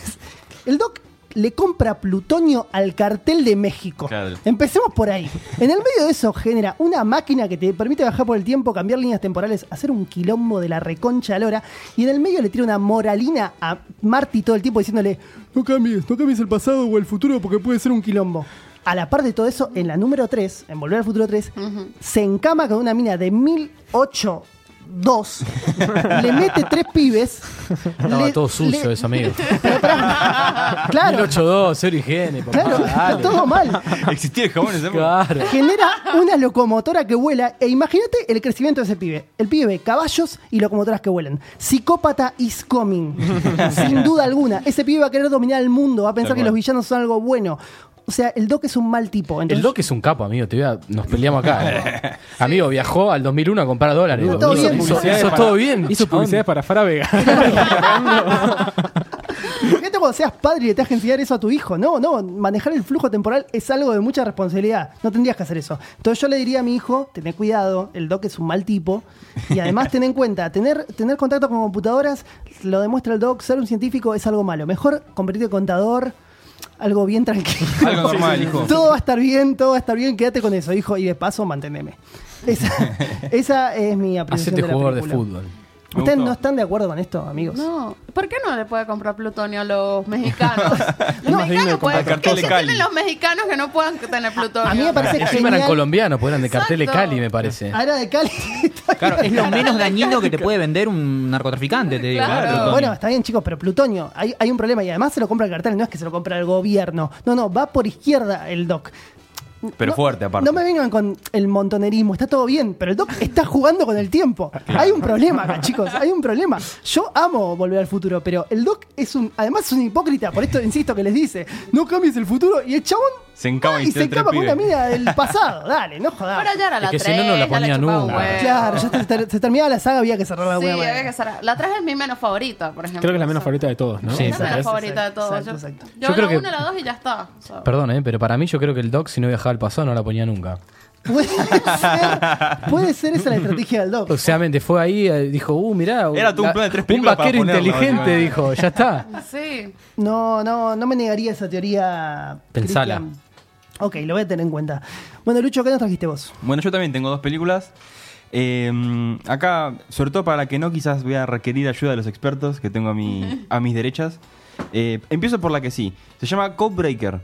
Speaker 1: el Doc le compra plutonio al cartel de México.
Speaker 3: Claro.
Speaker 1: Empecemos por ahí. En el medio de eso genera una máquina que te permite bajar por el tiempo, cambiar líneas temporales, hacer un quilombo de la reconcha a la hora. Y en el medio le tira una moralina a Marty todo el tiempo diciéndole: No cambies, no cambies el pasado o el futuro porque puede ser un quilombo. A la par de todo eso, en la número 3, en Volver al Futuro 3, se encama con una mina de 1002, le mete tres pibes.
Speaker 4: Estaba
Speaker 1: le-
Speaker 4: todo sucio
Speaker 1: le- [laughs]
Speaker 4: eso, amigo.
Speaker 1: Pero pará. claro,
Speaker 4: 182, cero higiene, papá.
Speaker 1: claro, está
Speaker 4: Ah, dale.
Speaker 1: todo mal.
Speaker 4: [laughs]
Speaker 3: Existía el jabón en esa época.
Speaker 4: Claro.
Speaker 1: Genera una locomotora que vuela e imagínate el crecimiento de ese pibe. El pibe ve caballos y locomotoras que vuelan. Psicópata is
Speaker 4: [laughs]
Speaker 1: coming. Sin duda alguna. Ese pibe va a querer dominar el mundo, va a pensar
Speaker 3: Tal
Speaker 1: que
Speaker 3: cual.
Speaker 1: los villanos son algo bueno. O sea, el Doc es un mal tipo.
Speaker 4: El
Speaker 1: entonces-
Speaker 4: Doc es un capo, amigo. Te voy a- nos peleamos
Speaker 3: [laughs]
Speaker 4: acá. eh. Amigo, viajó al 2001 a comprar dólares.
Speaker 1: Está todo
Speaker 4: boludo.
Speaker 1: bien.
Speaker 4: Hizo,
Speaker 2: publicidades
Speaker 4: hizo
Speaker 2: para-
Speaker 4: todo bien.
Speaker 2: Hizo
Speaker 4: chabón.
Speaker 2: publicidades para
Speaker 1: [laughs]
Speaker 2: Fara Vega.
Speaker 1: Imagínate cuando seas padre y le tengas que enseñar eso a tu hijo. No, no, manejar el flujo temporal es algo de mucha responsabilidad. No tendrías que hacer eso. Entonces yo le diría a mi hijo, tené cuidado, el doc es un mal tipo. Y además ten en cuenta, tener, tener contacto con computadoras, lo demuestra el doc, ser un científico es algo malo. Mejor convertirte en contador, algo bien tranquilo.
Speaker 3: Algo normal, hijo.
Speaker 1: Todo va a estar bien, todo va a estar bien, quédate con eso, hijo, y de paso manteneme. Esa, esa es mi apreciación
Speaker 4: Hacete
Speaker 1: de la
Speaker 4: jugador de
Speaker 1: película.
Speaker 4: fútbol.
Speaker 3: Me
Speaker 1: ¿Ustedes
Speaker 3: gustó.
Speaker 1: no están de acuerdo con esto, amigos?
Speaker 6: [laughs] No, ¿por qué no le puede comprar plutonio a los mexicanos?
Speaker 2: digno de
Speaker 6: Los mexicanos
Speaker 2: comprar
Speaker 6: pueden.
Speaker 3: cartel
Speaker 6: ¿Qué
Speaker 3: de
Speaker 6: ya
Speaker 3: Cali.
Speaker 6: tienen los mexicanos que no puedan tener plutonio?
Speaker 1: A mí me parece
Speaker 4: Encima eran
Speaker 1: genial.
Speaker 4: colombianos, pues eran de cartel de
Speaker 6: Exacto.
Speaker 4: Cali, me parece.
Speaker 1: Ah, era de Cali. Está
Speaker 5: Claro,
Speaker 1: bien.
Speaker 5: es lo menos dañino
Speaker 1: [laughs]
Speaker 5: que te puede vender un narcotraficante, te digo. ¿eh?
Speaker 6: Claro.
Speaker 5: Plutonio.
Speaker 1: Bueno, está bien, chicos, pero plutonio, hay, hay un problema y además se lo compra el cartel, no es que se lo compra el gobierno. No, no, va por izquierda el doc.
Speaker 3: Pero
Speaker 1: No-
Speaker 3: fuerte, aparte.
Speaker 1: No me vengan con el montonerismo, está todo bien, pero el doc está jugando con el tiempo. Hay un problema acá, chicos, hay un problema. Yo amo volver al futuro, pero el doc es un. Además es un hipócrita, por esto insisto que les dice: no cambies el futuro y el chabón
Speaker 3: Se encama
Speaker 1: y se
Speaker 3: entre
Speaker 1: encama con
Speaker 3: pibes.
Speaker 1: una mina del pasado. Dale, no jodas.
Speaker 6: Pero ya era la
Speaker 4: que
Speaker 6: 3,
Speaker 4: si no, no
Speaker 6: ya
Speaker 4: la
Speaker 6: le
Speaker 4: ponía
Speaker 6: chupaba
Speaker 4: nunca.
Speaker 6: un huevo.
Speaker 1: Claro, ya se, ter- se terminaba la saga, había que cerrar la
Speaker 6: Sí,
Speaker 1: hueá.
Speaker 6: había que cerrar. La 3 es mi menos favorita, por ejemplo.
Speaker 2: Creo que es la menos
Speaker 6: O sea,
Speaker 2: favorita de todos, ¿no?
Speaker 4: Sí,
Speaker 6: esa
Speaker 4: exacto.
Speaker 6: es la
Speaker 4: Exacto,
Speaker 6: favorita de todos.
Speaker 1: exacto,
Speaker 6: Yo,
Speaker 1: exacto.
Speaker 6: yo
Speaker 4: Yo
Speaker 6: la
Speaker 4: creo que-
Speaker 6: 1, la 2 y ya está. O sea,
Speaker 4: Perdón, eh, pero para mí yo creo que el Doc si no viajaba al pasado no la ponía nunca.
Speaker 3: [laughs]
Speaker 1: Puede ser, puede ser esa la estrategia del Doc.
Speaker 5: Pues-
Speaker 4: O sea, mente, fue ahí, eh, dijo, uh, mirá.
Speaker 3: Era todo un
Speaker 4: la-
Speaker 3: plan de tres películas
Speaker 4: Un vaquero
Speaker 3: para ponerla,
Speaker 4: inteligente,
Speaker 3: boludo.
Speaker 4: dijo, ya está.
Speaker 1: [laughs]
Speaker 6: Sí.
Speaker 1: No, no, no me negaría esa teoría.
Speaker 4: Pensala.
Speaker 1: Cristian. Ok, lo voy a tener en cuenta. Bueno, Lucho, ¿qué nos trajiste vos?
Speaker 3: Bueno, yo también tengo dos películas. Eh, acá, sobre todo para la que no, quizás voy a requerir ayuda de los expertos que tengo a, mi, a mis derechas. Eh, empiezo por la que sí. Se llama Codebreaker.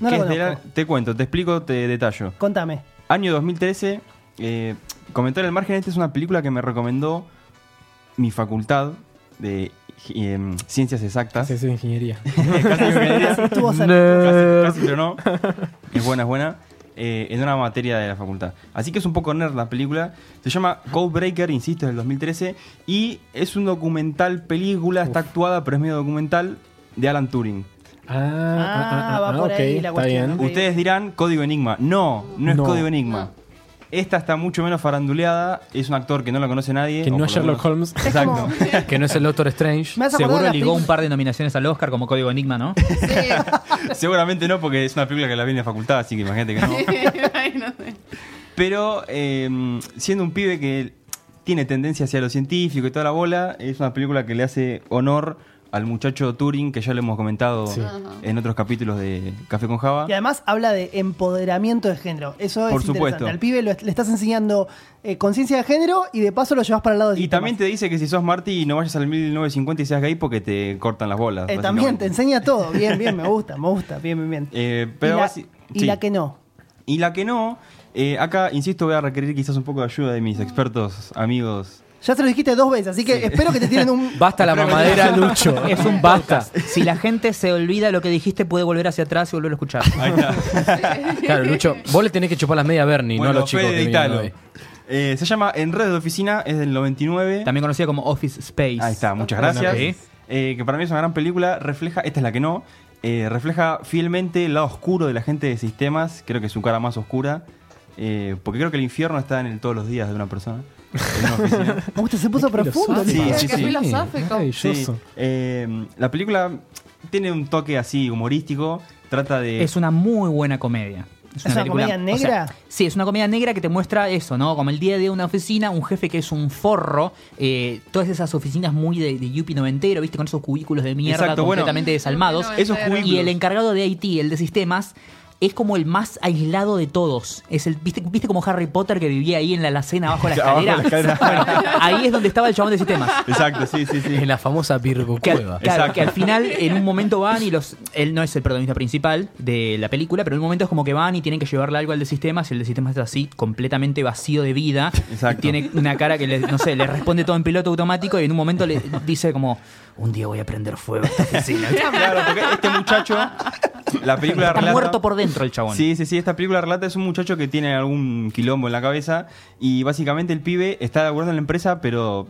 Speaker 1: No
Speaker 3: que
Speaker 1: la
Speaker 3: Hmm, es de la-
Speaker 1: conozco.
Speaker 3: te cuento, te explico, te detallo.
Speaker 1: Contame.
Speaker 3: Año 2013, eh, comentar al margen, esta es una película que me recomendó mi facultad de eh, ciencias exactas.
Speaker 2: Sí, sí, ingeniería.
Speaker 1: Ah,
Speaker 2: Ah,
Speaker 3: [laughs] Casi me caería.
Speaker 1: Estuvo cerca.
Speaker 2: Eh.
Speaker 4: Nerd.
Speaker 3: Casi, pero no. Es buena, es buena. Eh, en una materia de la facultad. Así que es un poco nerd la película. Se llama Codebreaker, insisto, es del 2013. Y es un documental, película, está actuada, pero es medio documental, de Alan Turing.
Speaker 2: Ah, ah, ah,
Speaker 1: va
Speaker 2: ah,
Speaker 1: por
Speaker 2: ok,
Speaker 1: ahí la
Speaker 2: está
Speaker 1: cuestión,
Speaker 2: bien.
Speaker 1: ok.
Speaker 3: Ustedes dirán Código Enigma. No, no es
Speaker 2: No.
Speaker 3: Código Enigma. Esta está mucho menos faranduleada. Es un actor que no lo conoce nadie.
Speaker 2: Que
Speaker 3: o
Speaker 2: no
Speaker 3: por
Speaker 2: es
Speaker 3: lo
Speaker 2: Sherlock
Speaker 3: menos-
Speaker 1: [laughs]
Speaker 2: Holmes.
Speaker 3: Exacto.
Speaker 4: Que no es el Doctor Strange.
Speaker 1: Me hace acordar
Speaker 5: Seguro
Speaker 1: las
Speaker 5: ligó un
Speaker 1: películas-
Speaker 5: par de nominaciones al Oscar como Código Enigma,
Speaker 1: [laughs]
Speaker 5: ¿no?
Speaker 6: Sí.
Speaker 3: [laughs] Seguramente no, porque es una película que la vi en la facultad, así que
Speaker 2: [laughs]
Speaker 3: imagínate que no.
Speaker 6: Ay, no sé.
Speaker 3: Pero eh, siendo un pibe que tiene tendencia hacia lo científico y toda la bola, es una película que le hace honor al muchacho Turing, que ya lo hemos comentado en otros capítulos de Café con Java.
Speaker 1: Y además habla de empoderamiento de género. Eso es
Speaker 3: Por
Speaker 1: interesante.
Speaker 3: supuesto.
Speaker 1: Al pibe lo- le estás enseñando eh, conciencia de género y de paso lo llevas para el lado de
Speaker 3: Y también te dice que si sos Marty no vayas al 1950 y seas gay porque te cortan las bolas.
Speaker 1: Eh, también te
Speaker 3: básicamente.
Speaker 1: enseña todo. Bien, bien, me gusta, me gusta. Bien, bien, bien.
Speaker 3: Eh,
Speaker 1: y
Speaker 3: pero
Speaker 1: la,
Speaker 3: basi-
Speaker 1: y
Speaker 3: sí.
Speaker 1: la que no.
Speaker 3: Y la que no, eh, acá, insisto, voy a requerir quizás un poco de ayuda de
Speaker 1: Mm.
Speaker 3: mis expertos amigos.
Speaker 1: Ya se lo dijiste dos veces, así que espero que te tienen un.
Speaker 4: Basta la mamadera, Lucho.
Speaker 5: [laughs] Es
Speaker 1: [laughs]
Speaker 5: un
Speaker 4: basta.
Speaker 5: Si la gente se olvida lo que dijiste, puede volver hacia atrás y volver a escuchar.
Speaker 3: Ahí [laughs] está.
Speaker 4: Claro, Lucho, vos le tenés que chupar las medias a Bernie, no a los chicos.
Speaker 3: Fede
Speaker 4: que vinieron
Speaker 3: Italo.
Speaker 4: hoy.
Speaker 3: Eh, se llama Enredo de Oficina, es del 99.
Speaker 5: También conocida como Office Space.
Speaker 3: Ahí está, muchas
Speaker 5: Bueno,
Speaker 3: gracias.
Speaker 5: ok.
Speaker 3: Eh, que para mí es una gran película, refleja, esta es la que no, eh, refleja fielmente el lado oscuro de la gente de sistemas, creo que su cara más oscura, eh, porque creo que el infierno está en el todos los días de una persona. en una oficina.
Speaker 5: [laughs]
Speaker 1: Me gusta, se puso profundo. el
Speaker 3: Sí,
Speaker 1: pibe.
Speaker 6: Pero
Speaker 3: sí,
Speaker 6: qué
Speaker 3: sí.
Speaker 6: filosófico.
Speaker 3: Sí,
Speaker 2: Maravilloso.
Speaker 3: eh, la película tiene un toque así humorístico, trata de...
Speaker 5: Es una muy buena comedia.
Speaker 1: ¿Es una comedia negra?
Speaker 5: sí, es una comedia negra que te muestra eso, ¿no? Como el día de una oficina, un jefe que es un forro, eh, todas esas oficinas muy de, de yuppie noventero, ¿viste? Con esos cubículos de mierda
Speaker 3: Exacto, bueno.
Speaker 5: completamente desalmados.
Speaker 6: Yuppie
Speaker 3: esos
Speaker 6: noventero.
Speaker 5: Y
Speaker 3: cubículos.
Speaker 5: el encargado de IT, el de sistemas, es como el más aislado de todos. Es el, ¿viste, viste como Harry Potter que vivía ahí en la alacena abajo de la
Speaker 3: [laughs] Abajo de
Speaker 5: escalera?
Speaker 3: la escalera.
Speaker 5: [laughs] Bueno, ahí es donde estaba el chabón de sistemas.
Speaker 3: Exacto, sí, sí,
Speaker 5: [laughs]
Speaker 3: sí.
Speaker 4: En la famosa Virgo
Speaker 5: Que al,
Speaker 4: Cueva.
Speaker 5: claro,
Speaker 3: Exacto.
Speaker 5: que al
Speaker 3: [laughs]
Speaker 5: final, en un momento van y los. Él no es el protagonista principal de la película, pero en un momento es como que van y tienen que llevarle algo al de sistemas. Y el de sistemas es así, completamente vacío de vida.
Speaker 3: Exacto.
Speaker 5: Y tiene una cara que, le, no sé, le responde todo en piloto automático. Y en un momento le dice, como, un día voy a prender fuego a esta
Speaker 3: [laughs]
Speaker 5: oficina.
Speaker 3: Claro, porque este muchacho, la película
Speaker 5: Está
Speaker 3: relata...
Speaker 5: muerto por dentro el chabón.
Speaker 3: Sí, sí, sí. Esta película relata es un muchacho que tiene algún quilombo en la cabeza y básicamente el pibe está laburando en la empresa, pero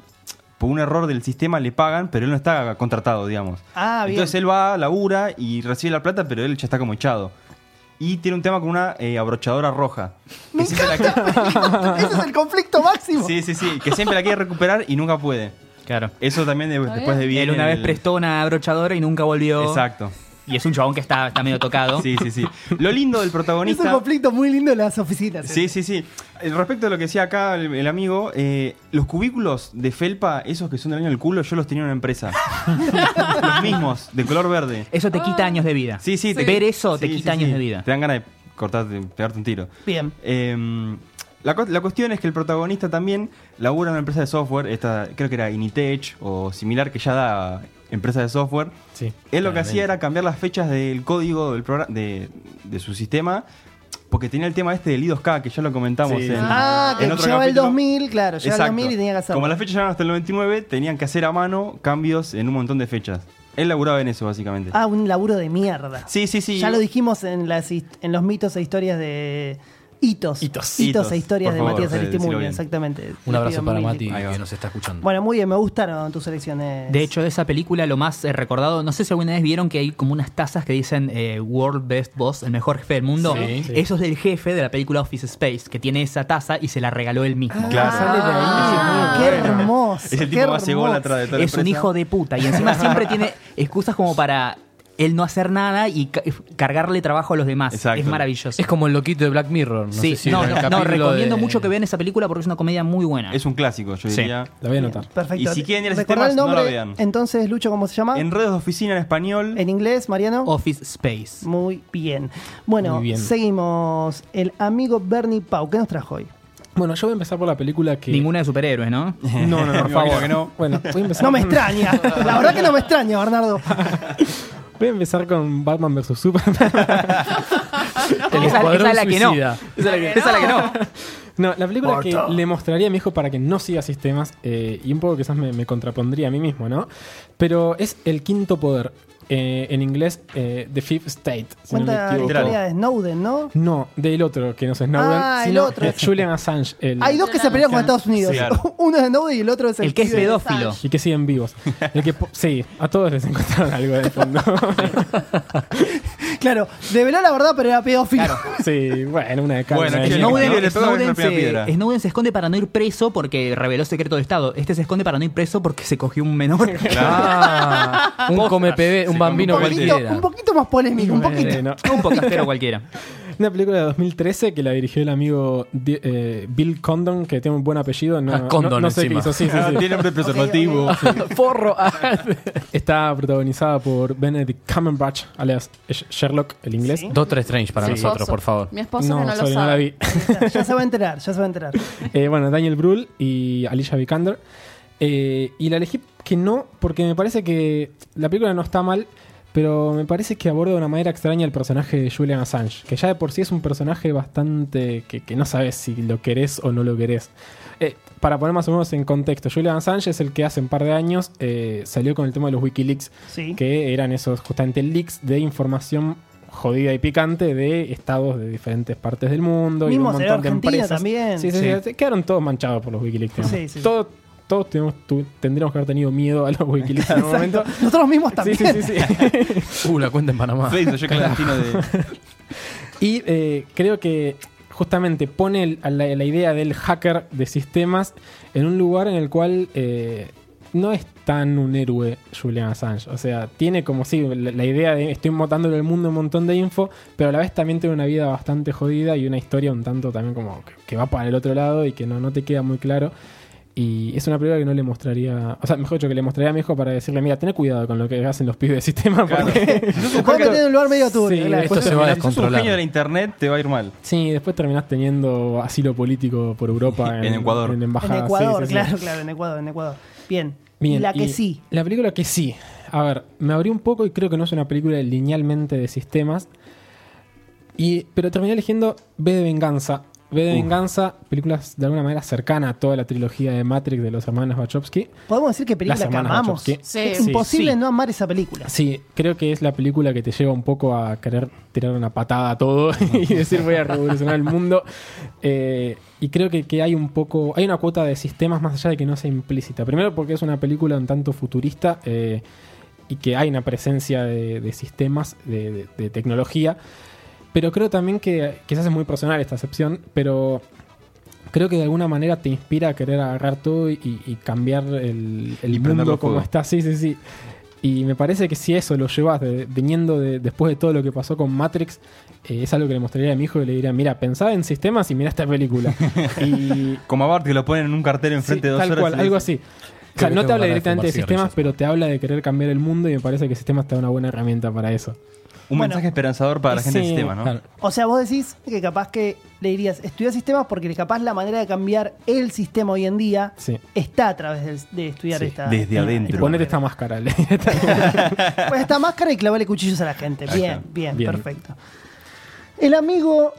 Speaker 3: por un error del sistema le pagan, pero él no está contratado, digamos.
Speaker 1: Ah, bien.
Speaker 3: Entonces él va, labura y recibe la plata, pero él ya está como echado. Y tiene un tema con una eh, abrochadora roja.
Speaker 1: Me
Speaker 3: Que siempre la
Speaker 1: [laughs] Ese es el conflicto máximo.
Speaker 3: Sí, sí, sí. Que siempre la quiere recuperar y nunca puede.
Speaker 5: Claro.
Speaker 3: Eso también de- después de bien.
Speaker 5: Él una vez prestó una abrochadora y nunca volvió.
Speaker 3: Exacto.
Speaker 5: Y es un chabón que está, está medio tocado.
Speaker 3: Sí, sí, sí. Lo
Speaker 1: [laughs]
Speaker 3: lindo del
Speaker 1: es
Speaker 3: protagonista.
Speaker 1: un conflicto muy lindo en las oficinas.
Speaker 3: Sí, sí, sí. Eh, Respecto a lo que decía acá el, el amigo, eh, los cubículos de felpa, esos que son del año del culo, yo los tenía en
Speaker 5: [laughs]
Speaker 3: una empresa. los mismos, de color verde.
Speaker 5: Eso te quita años de vida.
Speaker 3: Sí, sí.
Speaker 5: Eh, Ver eso te
Speaker 3: sí,
Speaker 5: quita
Speaker 3: sí,
Speaker 5: años
Speaker 3: sí.
Speaker 5: de vida.
Speaker 3: Te dan ganas de cortarte, pegarte un tiro.
Speaker 1: Bien.
Speaker 3: Eh, la, cu- la cuestión es que el protagonista también labura en una empresa de software, esta, creo que era Initech o similar, que ya da empresa de software.
Speaker 2: Sí.
Speaker 3: Él lo que hacía era cambiar las fechas del código del progra- de, de su sistema, porque tenía el tema este del I2K, que ya lo comentamos
Speaker 2: Sí.
Speaker 3: en,
Speaker 1: Ah, que
Speaker 3: en otro
Speaker 1: llegaba el
Speaker 3: capítulo.
Speaker 1: 2000, claro, llegaba el
Speaker 3: Exacto.
Speaker 1: 2000 y tenía que hacerlo.
Speaker 3: Como las fechas llegaban hasta el 99, tenían que hacer a mano cambios en un montón de fechas. Él laburaba en eso, básicamente.
Speaker 1: Ah, un laburo de mierda.
Speaker 3: Sí, sí, sí.
Speaker 1: Ya lo dijimos en, las, his- en los mitos e historias de hitos.
Speaker 2: Hitos.
Speaker 1: Hitos
Speaker 3: Hitos,
Speaker 1: e historias
Speaker 3: por
Speaker 1: de
Speaker 3: favor,
Speaker 1: Matías
Speaker 3: sí, decilo
Speaker 1: Aristimuña,
Speaker 3: bien.
Speaker 1: exactamente.
Speaker 4: Un
Speaker 1: Le
Speaker 4: abrazo
Speaker 1: pido
Speaker 4: para
Speaker 1: mil
Speaker 4: Mati
Speaker 3: Ahí va.
Speaker 4: que nos está escuchando.
Speaker 1: Bueno, muy bien, me gustaron tus elecciones.
Speaker 5: De hecho, de esa película lo más eh, recordado, no sé si alguna vez vieron que hay como unas tazas que dicen eh, World Best Boss, el mejor jefe del mundo.
Speaker 2: Sí. Sí.
Speaker 5: Eso es del jefe de la película Office Space, que tiene esa taza y se la regaló él
Speaker 4: Ah.
Speaker 5: mismo.
Speaker 3: Claro.
Speaker 1: Ah,
Speaker 2: Sale de ahí.
Speaker 1: qué hermoso.
Speaker 3: Es el
Speaker 1: qué
Speaker 3: tipo más cegón atrás de toda la
Speaker 5: Es un
Speaker 3: empresa.
Speaker 5: hijo de puta y encima siempre
Speaker 4: [laughs]
Speaker 5: tiene excusas como para él no hacer nada y ca- cargarle trabajo a los demás.
Speaker 3: Exacto.
Speaker 5: Es maravilloso.
Speaker 4: Es como el loquito de Black Mirror. No
Speaker 5: sí,
Speaker 4: sé si
Speaker 5: no,
Speaker 4: en el
Speaker 5: no, no,
Speaker 4: capítulo
Speaker 5: recomiendo
Speaker 4: de-
Speaker 5: mucho que vean esa película porque es una comedia muy buena.
Speaker 3: Es un clásico,
Speaker 5: Sí.
Speaker 3: yo diría.
Speaker 2: La voy a anotar.
Speaker 1: Perfecto.
Speaker 3: Y si quieren ir a los
Speaker 1: Recordá
Speaker 3: sistemas,
Speaker 1: el nombre,
Speaker 3: no la vean.
Speaker 1: Entonces, Lucho, ¿cómo se llama? En,
Speaker 3: Enredos de oficina en español.
Speaker 1: inglés, Mariano.
Speaker 5: Office Space.
Speaker 1: Muy bien. Bueno,
Speaker 2: Oh. Muy bien.
Speaker 1: seguimos. El amigo Bernie Pau, ¿qué nos trajo hoy?
Speaker 2: Bueno, yo voy a empezar por la película que.
Speaker 5: Ninguna de superhéroes, ¿no?
Speaker 2: [laughs]
Speaker 1: [laughs]
Speaker 2: No, no, no, por
Speaker 3: Me imagino
Speaker 2: favor.
Speaker 3: que no.
Speaker 2: Bueno, voy a empezar.
Speaker 1: No me
Speaker 2: [laughs]
Speaker 1: extraña. La verdad que no me extraña, Bernardo.
Speaker 2: Voy a empezar con Batman vs Superman. [laughs]
Speaker 4: El
Speaker 5: Esa-
Speaker 4: escuadrón
Speaker 5: esa es la que no.
Speaker 4: suicida.
Speaker 5: Esa es la que- esa es la que no.
Speaker 4: [laughs]
Speaker 2: No, la película que le mostraría a mi hijo para que no siga sistemas, eh, y un poco quizás me, me contrapondría a mí mismo, ¿no? Pero es El Quinto Poder, eh, en inglés eh, The Fifth State. si no me
Speaker 1: Cuenta la
Speaker 2: equivoco.
Speaker 1: historia de Snowden, ¿no?
Speaker 2: No, del otro, que no es Snowden,
Speaker 1: Ah, el
Speaker 2: sino
Speaker 1: otro.
Speaker 2: de Julian Assange. El,
Speaker 1: Hay dos que se pelean con Estados Unidos.
Speaker 3: Sí, claro.
Speaker 1: [laughs] Uno es Snowden y el otro es el,
Speaker 5: El que es
Speaker 1: pibe.
Speaker 5: pedófilo.
Speaker 2: Y que siguen vivos. El que, po- sí, a todos les [laughs] encontraron algo de fondo.
Speaker 1: Claro, develó la verdad, pero era pedófilo.
Speaker 2: sí, bueno, una de cada
Speaker 3: Bueno,
Speaker 2: una de
Speaker 3: que
Speaker 2: cada.
Speaker 3: no-
Speaker 2: [laughs]
Speaker 5: Snowden,
Speaker 3: le pegó con
Speaker 5: Snowden
Speaker 3: la primera piedra.
Speaker 5: se, Snowden se esconde para no ir preso porque reveló secreto de Estado. Este se esconde para no ir preso porque se cogió un menor.
Speaker 4: [laughs] Ah, un come pebé,
Speaker 3: Sí,
Speaker 4: un bambino
Speaker 1: un, poquito,
Speaker 4: cualquiera.
Speaker 1: un poquito más polémico, un poquito.
Speaker 2: Bueno,
Speaker 5: [laughs] un podcastero cualquiera.
Speaker 2: Una película de 2013 que la dirigió el amigo Di- eh, Bill Condon, que tiene un buen apellido. No,
Speaker 4: Ah,
Speaker 2: no-
Speaker 4: Condon
Speaker 2: no sé
Speaker 4: encima.
Speaker 2: qué hizo. Sí, sí, sí.
Speaker 3: Tiene nombre de preservativo.
Speaker 4: Forro.
Speaker 2: Está protagonizada por Benedict Cumberbatch, alias Sherlock, el inglés.
Speaker 1: Sí.
Speaker 4: [laughs] Doctor Strange para
Speaker 6: Mi
Speaker 4: nosotros,
Speaker 6: esposo.
Speaker 4: por favor.
Speaker 6: Mi esposo que no lo
Speaker 2: sorry, la
Speaker 6: sabe.
Speaker 2: vi.
Speaker 1: [laughs] Ya se va a enterar, ya se va a enterar.
Speaker 2: Eh, bueno, Daniel Brühl y Alicia Vikander. Eh, y la elegí que no, porque me parece que la película no está mal, pero me parece que aborda de una manera extraña el personaje de Julian Assange, que ya de por sí es un personaje bastante que, que no sabes si lo querés o no lo querés. Eh, para poner más o menos en contexto, Julian Assange es el que hace un par de años eh, salió con el tema de los Wikileaks,
Speaker 1: Sí.
Speaker 2: que eran esos justamente leaks de información jodida y picante de estados de diferentes partes del mundo. y de
Speaker 1: Mismo
Speaker 2: un
Speaker 1: salió
Speaker 2: montón de
Speaker 1: Argentina
Speaker 2: empresas.
Speaker 1: también.
Speaker 2: Sí, sí, sí, Quedaron todos manchados por los Wikileaks. digamos.
Speaker 1: Sí, sí.
Speaker 2: Todos, todos tenemos- tu- tendríamos que haber tenido miedo a los
Speaker 1: [laughs]
Speaker 2: Wikileaks en un momento.
Speaker 1: Nosotros mismos
Speaker 2: Sí,
Speaker 1: también. [laughs]
Speaker 2: sí, sí, sí.
Speaker 4: Uh, la cuenta en Panamá.
Speaker 3: Facebook, yo clandestino de.
Speaker 2: Y eh, creo que justamente pone el- a la, la idea del hacker de sistemas en un lugar en el cual eh, no es tan un héroe Julian Assange. O sea, tiene como sí la, la idea de estoy motándole al mundo un montón de info, pero a la vez también tiene una vida bastante jodida y una historia un tanto también como que, que va para el otro lado y que no, no te queda muy claro. Y es una película que no le mostraría, o sea, mejor dicho, que le mostraría a mi hijo para decirle, mira, ten cuidado con lo que hacen los pibes de sistema. Porque...
Speaker 1: Vos tenés un lugar medio turbio.
Speaker 2: Sí,
Speaker 1: claro.
Speaker 2: después
Speaker 4: Esto se va a
Speaker 2: terminás-
Speaker 3: Si sos un
Speaker 4: Controlar.
Speaker 3: genio de la internet, te va a ir mal.
Speaker 2: Sí, después terminás teniendo asilo político por Europa.
Speaker 3: [laughs] En Ecuador.
Speaker 2: En
Speaker 1: En
Speaker 2: embajadas, sí,
Speaker 1: Ecuador,
Speaker 2: sí, sí.
Speaker 1: claro, claro, en Ecuador, en Ecuador. Bien.
Speaker 2: Bien,
Speaker 1: la que
Speaker 2: y
Speaker 1: sí.
Speaker 2: La película que sí. A ver, me abrí un poco y creo que no es una película linealmente de sistemas. Y, pero terminé eligiendo B de Venganza. B de Venganza, películas de alguna manera cercana a toda la trilogía de Matrix de los hermanos Wachowski.
Speaker 1: Podemos decir que
Speaker 2: Las
Speaker 1: película que
Speaker 2: hermanas
Speaker 1: amamos.
Speaker 2: Wachowski.
Speaker 6: Sí.
Speaker 1: Es
Speaker 6: Sí,
Speaker 1: imposible
Speaker 2: sí.
Speaker 1: no amar esa película.
Speaker 2: Sí, creo que es la película que te lleva un poco a querer tirar una patada a todo [laughs] y decir voy a revolucionar el mundo. Eh, y creo que, que hay un poco, hay una cuota de sistemas más allá de que no sea implícita. Primero porque es una película un tanto futurista eh, y que hay una presencia de, de sistemas, de, de- de tecnología. Pero creo también que quizás es muy personal esta acepción, pero creo que de alguna manera te inspira a querer agarrar todo y, y cambiar el, el
Speaker 3: Y prenderlo
Speaker 2: mundo
Speaker 3: a fuego.
Speaker 2: como está. Sí, sí, sí. Y me parece que si eso lo llevas de- viniendo de- después de todo lo que pasó con Matrix, eh, es algo que le mostraría a mi hijo y le diría, mira, pensá en sistemas y mira esta
Speaker 3: [laughs]
Speaker 2: película. y
Speaker 3: Como a Bart que lo ponen en un cartel
Speaker 2: sí,
Speaker 3: enfrente de dos
Speaker 2: tal
Speaker 3: horas.
Speaker 2: cual,
Speaker 3: y le
Speaker 2: algo
Speaker 3: dicen,
Speaker 2: así. O sea,
Speaker 4: Creo que
Speaker 2: no te habla
Speaker 4: tengo ganas de
Speaker 2: directamente de
Speaker 4: fumar
Speaker 2: sistemas,
Speaker 4: cigarrillos.
Speaker 2: pero te habla de querer cambiar el mundo y me parece que sistemas te da una buena herramienta para eso.
Speaker 3: Un
Speaker 1: Bueno.
Speaker 3: mensaje esperanzador para la gente del
Speaker 2: Sí,
Speaker 3: sistema, ¿no?
Speaker 2: claro.
Speaker 1: O sea, vos decís que capaz que le dirías, estudiar sistemas porque capaz la manera de cambiar el sistema hoy en día
Speaker 2: Sí.
Speaker 1: está a través del- de, estudiar
Speaker 2: Sí,
Speaker 1: esta,
Speaker 3: desde
Speaker 1: esta-
Speaker 2: Y
Speaker 3: adentro. Pero-
Speaker 2: ponete esta máscara. le diría.
Speaker 1: Pues esta máscara y clavarle cuchillos a la gente.
Speaker 3: Ahí
Speaker 1: Bien,
Speaker 3: está.
Speaker 1: bien,
Speaker 2: Bien.
Speaker 1: perfecto. El amigo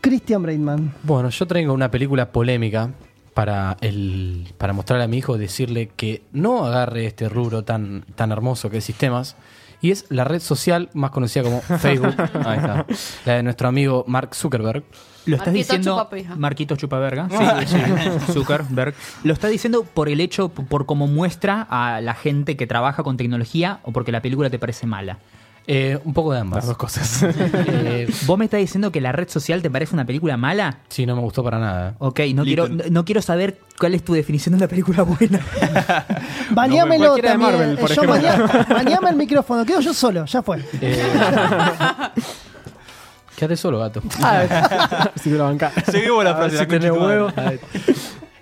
Speaker 1: Christian Braidman.
Speaker 4: Bueno, yo traigo una película polémica para, el, para mostrarle a mi hijo, decirle que no agarre este rubro tan, tan hermoso que es sistemas y es la red social más
Speaker 2: [laughs]
Speaker 4: conocida como Facebook,
Speaker 3: Ahí está.
Speaker 4: la de nuestro amigo Mark Zuckerberg.
Speaker 5: Lo estás
Speaker 6: Marquito
Speaker 5: diciendo.
Speaker 6: Chupapija.
Speaker 5: Marquito Chupaverga. Sí, sí. Zuckerberg. Lo está diciendo por el hecho, por cómo muestra a la gente que trabaja con tecnología o porque la película te parece mala.
Speaker 4: Eh, un poco
Speaker 2: [laughs]
Speaker 4: de
Speaker 2: Las
Speaker 4: ambas.
Speaker 2: dos cosas.
Speaker 4: Eh,
Speaker 5: ¿Vos me estás diciendo que la red social te parece una película mala?
Speaker 4: sí, no me gustó para nada.
Speaker 5: Ok, no quiero, no,
Speaker 3: Little.
Speaker 5: no quiero saber cuál es tu definición de una película buena.
Speaker 1: Bañámelo
Speaker 2: cualquiera de
Speaker 1: también.
Speaker 2: Marvel, por
Speaker 1: Eh, yo
Speaker 2: ejemplo. [laughs]
Speaker 1: bañá- bañame el micrófono, quedo yo solo, ya fue.
Speaker 4: Eh, quédate solo, gato.
Speaker 2: [laughs] si te la
Speaker 3: [laughs]
Speaker 2: banca.
Speaker 3: Se vivo la frase. la concha de tu madre.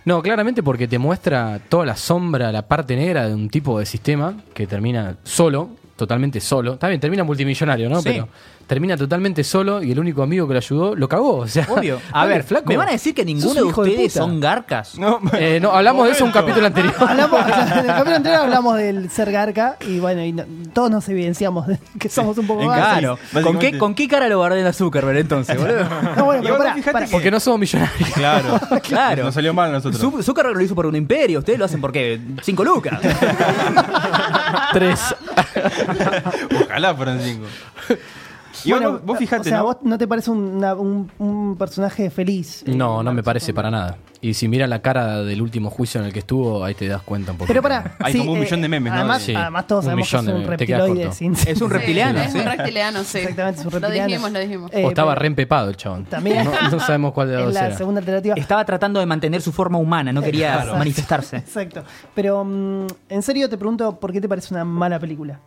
Speaker 4: No, claramente porque te muestra toda la sombra, la parte negra de un tipo de sistema que termina solo, totalmente solo. Está bien, termina multimillonario, ¿no?
Speaker 5: Sí.
Speaker 4: Pero termina totalmente solo y el único amigo que lo ayudó lo cagó. O sea,
Speaker 5: [laughs]
Speaker 4: [laughs]
Speaker 5: Obvio. A
Speaker 4: dale,
Speaker 5: ver,
Speaker 4: flaco.
Speaker 5: ¿me van a decir que
Speaker 4: Sos
Speaker 5: ninguno
Speaker 4: un
Speaker 5: de
Speaker 4: hijo de
Speaker 5: ustedes
Speaker 4: puta.
Speaker 5: son garcas?
Speaker 3: [laughs] No,
Speaker 4: [laughs] Eh, no, hablamos de eso en un
Speaker 3: Momento.
Speaker 5: [laughs]
Speaker 4: capítulo anterior.
Speaker 1: Hablamos, o sea, en el capítulo anterior hablamos del ser garca y bueno, y no- todos nos evidenciamos de que somos un poco
Speaker 3: en
Speaker 1: garcas.
Speaker 5: Claro.
Speaker 3: Sí,
Speaker 5: ¿Con qué,
Speaker 3: básicamente.
Speaker 5: ¿Con qué cara lo guardé a Zuckerberg entonces, boludo?
Speaker 1: No, bueno, pero
Speaker 3: Igual
Speaker 1: pará,
Speaker 3: fíjate
Speaker 1: pará.
Speaker 3: que-
Speaker 4: [laughs] Porque no
Speaker 5: [laughs]
Speaker 4: somos millonarios.
Speaker 3: Claro.
Speaker 5: Claro.
Speaker 3: Nos salió mal a nosotros.
Speaker 5: Zu- Zuckerberg lo hizo por un imperio, ustedes lo hacen porque cinco lucas.
Speaker 4: Tres.
Speaker 3: Ojalá fueran cinco. Y
Speaker 1: Bueno,
Speaker 3: vos, vos fijate,
Speaker 1: O sea,
Speaker 3: ¿no?
Speaker 1: vos no te parece una- un, un personaje feliz. eh,
Speaker 4: No, no me
Speaker 1: Mark
Speaker 4: parece
Speaker 1: Zuckerberg?
Speaker 4: para nada. Y si mira la cara del último juicio en el que estuvo, ahí te das cuenta un poco.
Speaker 1: Pero pará. eh,
Speaker 3: Hay como un millón de memes, ¿no?
Speaker 1: Además,
Speaker 4: Sí,
Speaker 1: además todos
Speaker 4: un
Speaker 1: sabemos que es
Speaker 4: millón de
Speaker 1: un
Speaker 4: memes, te queda corto.
Speaker 1: reptiloide. sin-
Speaker 5: Es
Speaker 1: [laughs]
Speaker 5: un
Speaker 6: Sí,
Speaker 5: reptiliano,
Speaker 6: Es
Speaker 5: sí.
Speaker 6: un reptiliano, sí.
Speaker 1: Exactamente, es un
Speaker 6: Lo
Speaker 1: reptiliano.
Speaker 6: dijimos, lo dijimos.
Speaker 1: Eh,
Speaker 4: o estaba
Speaker 1: pero-
Speaker 4: re empepado el chabón.
Speaker 1: También.
Speaker 4: No, no sabemos cuál de los
Speaker 1: Es
Speaker 4: dos
Speaker 1: la
Speaker 4: era.
Speaker 1: segunda alternativa.
Speaker 5: Estaba tratando de mantener su forma humana, no quería
Speaker 1: Claro. [laughs]
Speaker 5: manifestarse.
Speaker 1: Exacto. Pero mm, en serio te pregunto por qué te parece una mala película.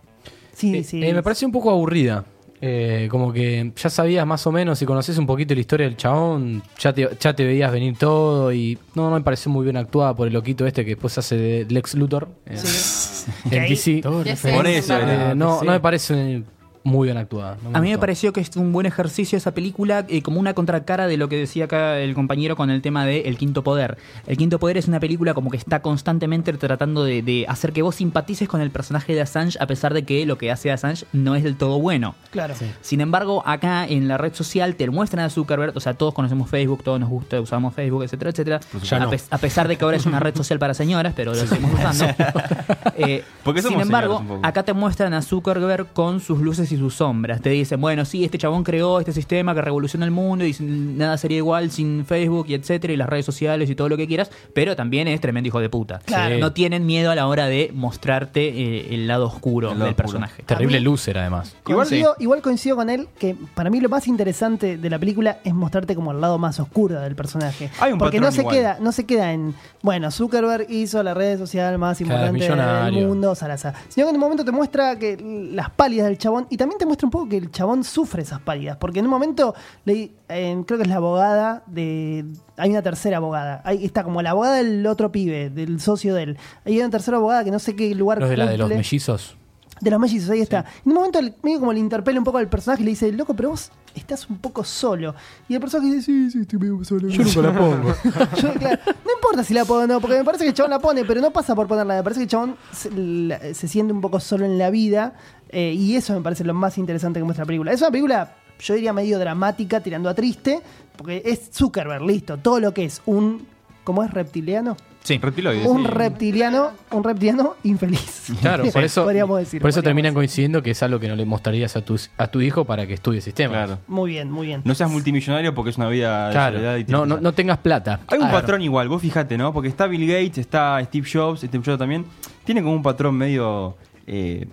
Speaker 1: Sí,
Speaker 4: Eh,
Speaker 1: sí.
Speaker 4: eh, me parece un poco aburrida. Eh, como que ya sabías más o menos, si conocés un poquito la historia del chabón, ya te, ya te veías venir todo y no, no me pareció muy bien actuada por el loquito este que después hace de Lex Luthor en, [laughs] en
Speaker 1: Ok.
Speaker 4: DC.
Speaker 6: Ya sé,
Speaker 3: Por
Speaker 6: es
Speaker 3: eso,
Speaker 6: un
Speaker 4: Eh,
Speaker 3: Ah,
Speaker 4: no,
Speaker 2: sí.
Speaker 4: no me parece muy bien actuada. no
Speaker 5: A mí me
Speaker 4: gustó.
Speaker 5: pareció que es un buen ejercicio esa película, eh, como una contracara de lo que decía acá el compañero con el tema de El Quinto Poder. El Quinto Poder es una película como que está constantemente tratando de, de hacer que vos simpatices con el personaje de Assange, a pesar de que lo que hace Assange no es del todo bueno.
Speaker 1: Claro.
Speaker 5: Sin embargo, acá en la red social te muestran a Zuckerberg, o sea, todos conocemos Facebook, todos nos gusta, usamos Facebook, etcétera, etcétera.
Speaker 2: Ya
Speaker 5: a,
Speaker 2: no.
Speaker 5: pe- a pesar de que ahora es una red social para señoras, pero lo seguimos usando.
Speaker 3: [laughs]
Speaker 5: Eh,
Speaker 3: Porque
Speaker 5: sin
Speaker 3: somos
Speaker 5: embargo,
Speaker 3: señoras un poco.
Speaker 5: acá te muestran a Zuckerberg con sus luces y sus sombras. Te dicen, bueno, sí, este chabón creó este sistema que revoluciona el mundo y sin- nada sería igual sin Facebook y etcétera, y las redes sociales y todo lo que quieras, pero también es tremendo hijo de puta.
Speaker 1: Claro.
Speaker 5: No tienen miedo a la hora de mostrarte eh, el lado oscuro
Speaker 3: El lado
Speaker 5: del
Speaker 3: oscuro.
Speaker 5: personaje.
Speaker 4: Terrible
Speaker 1: a mí-
Speaker 4: loser, además.
Speaker 3: Igual
Speaker 1: Coincido- igual coincido con él que para mí lo más interesante de la película es mostrarte como el lado más oscuro del personaje.
Speaker 3: Hay un
Speaker 1: Porque no
Speaker 3: patrón
Speaker 1: se
Speaker 3: igual.
Speaker 1: queda, no se queda en bueno, Zuckerberg hizo la red social más
Speaker 4: Claro,
Speaker 1: importante del
Speaker 4: millonario.
Speaker 1: mundo, Sarasa. Sino que en un momento te muestra que las pálidas del chabón, y también te muestra un poco que el chabón sufre esas pálidas, porque en un momento leí, eh, creo que es la abogada de. Hay una tercera abogada. Ahí está como la abogada del otro pibe, del socio de él. Hay una tercera abogada que no sé qué lugar.
Speaker 4: ¿No es de la de los
Speaker 1: cumple.
Speaker 4: mellizos?
Speaker 1: De los mellizos, ahí está. En un momento el- medio como le interpela un poco al personaje y le dice, loco, pero vos estás un poco solo. Y el personaje dice, sí, sí, estoy medio solo. Yo nunca [laughs] la pongo. No importa si la pongo o no, porque me parece que el chabón la pone, pero no pasa por ponerla. Me parece que el chabón se, la- se siente un poco solo en la vida. eh, y eso me parece lo más interesante que muestra la película. Es una película, yo diría, medio dramática, tirando a triste, porque es Zuckerberg, listo. Todo lo que es un... ¿Cómo es? ¿Reptiliano?
Speaker 5: Sí.
Speaker 3: Reptiloides.
Speaker 1: Un
Speaker 3: sí.
Speaker 1: reptiliano, un reptiliano infeliz.
Speaker 4: Claro,
Speaker 1: [laughs]
Speaker 4: por eso,
Speaker 1: Podríamos decir,
Speaker 4: por eso
Speaker 1: podríamos
Speaker 4: terminan
Speaker 1: decir.
Speaker 4: coincidiendo que es algo que no le mostrarías a tu, a tu hijo para que estudie sistemas.
Speaker 3: Claro.
Speaker 1: Muy bien, muy bien.
Speaker 3: No seas multimillonario porque es una vida de soledad
Speaker 4: Claro,
Speaker 3: y
Speaker 4: no, no,
Speaker 3: tristeza.
Speaker 4: no tengas plata.
Speaker 3: Hay un
Speaker 4: Claro.
Speaker 3: patrón igual, vos fijate, ¿no? Porque está Bill Gates, está Steve Jobs, Steve Jobs también. Tiene como un patrón medio eh,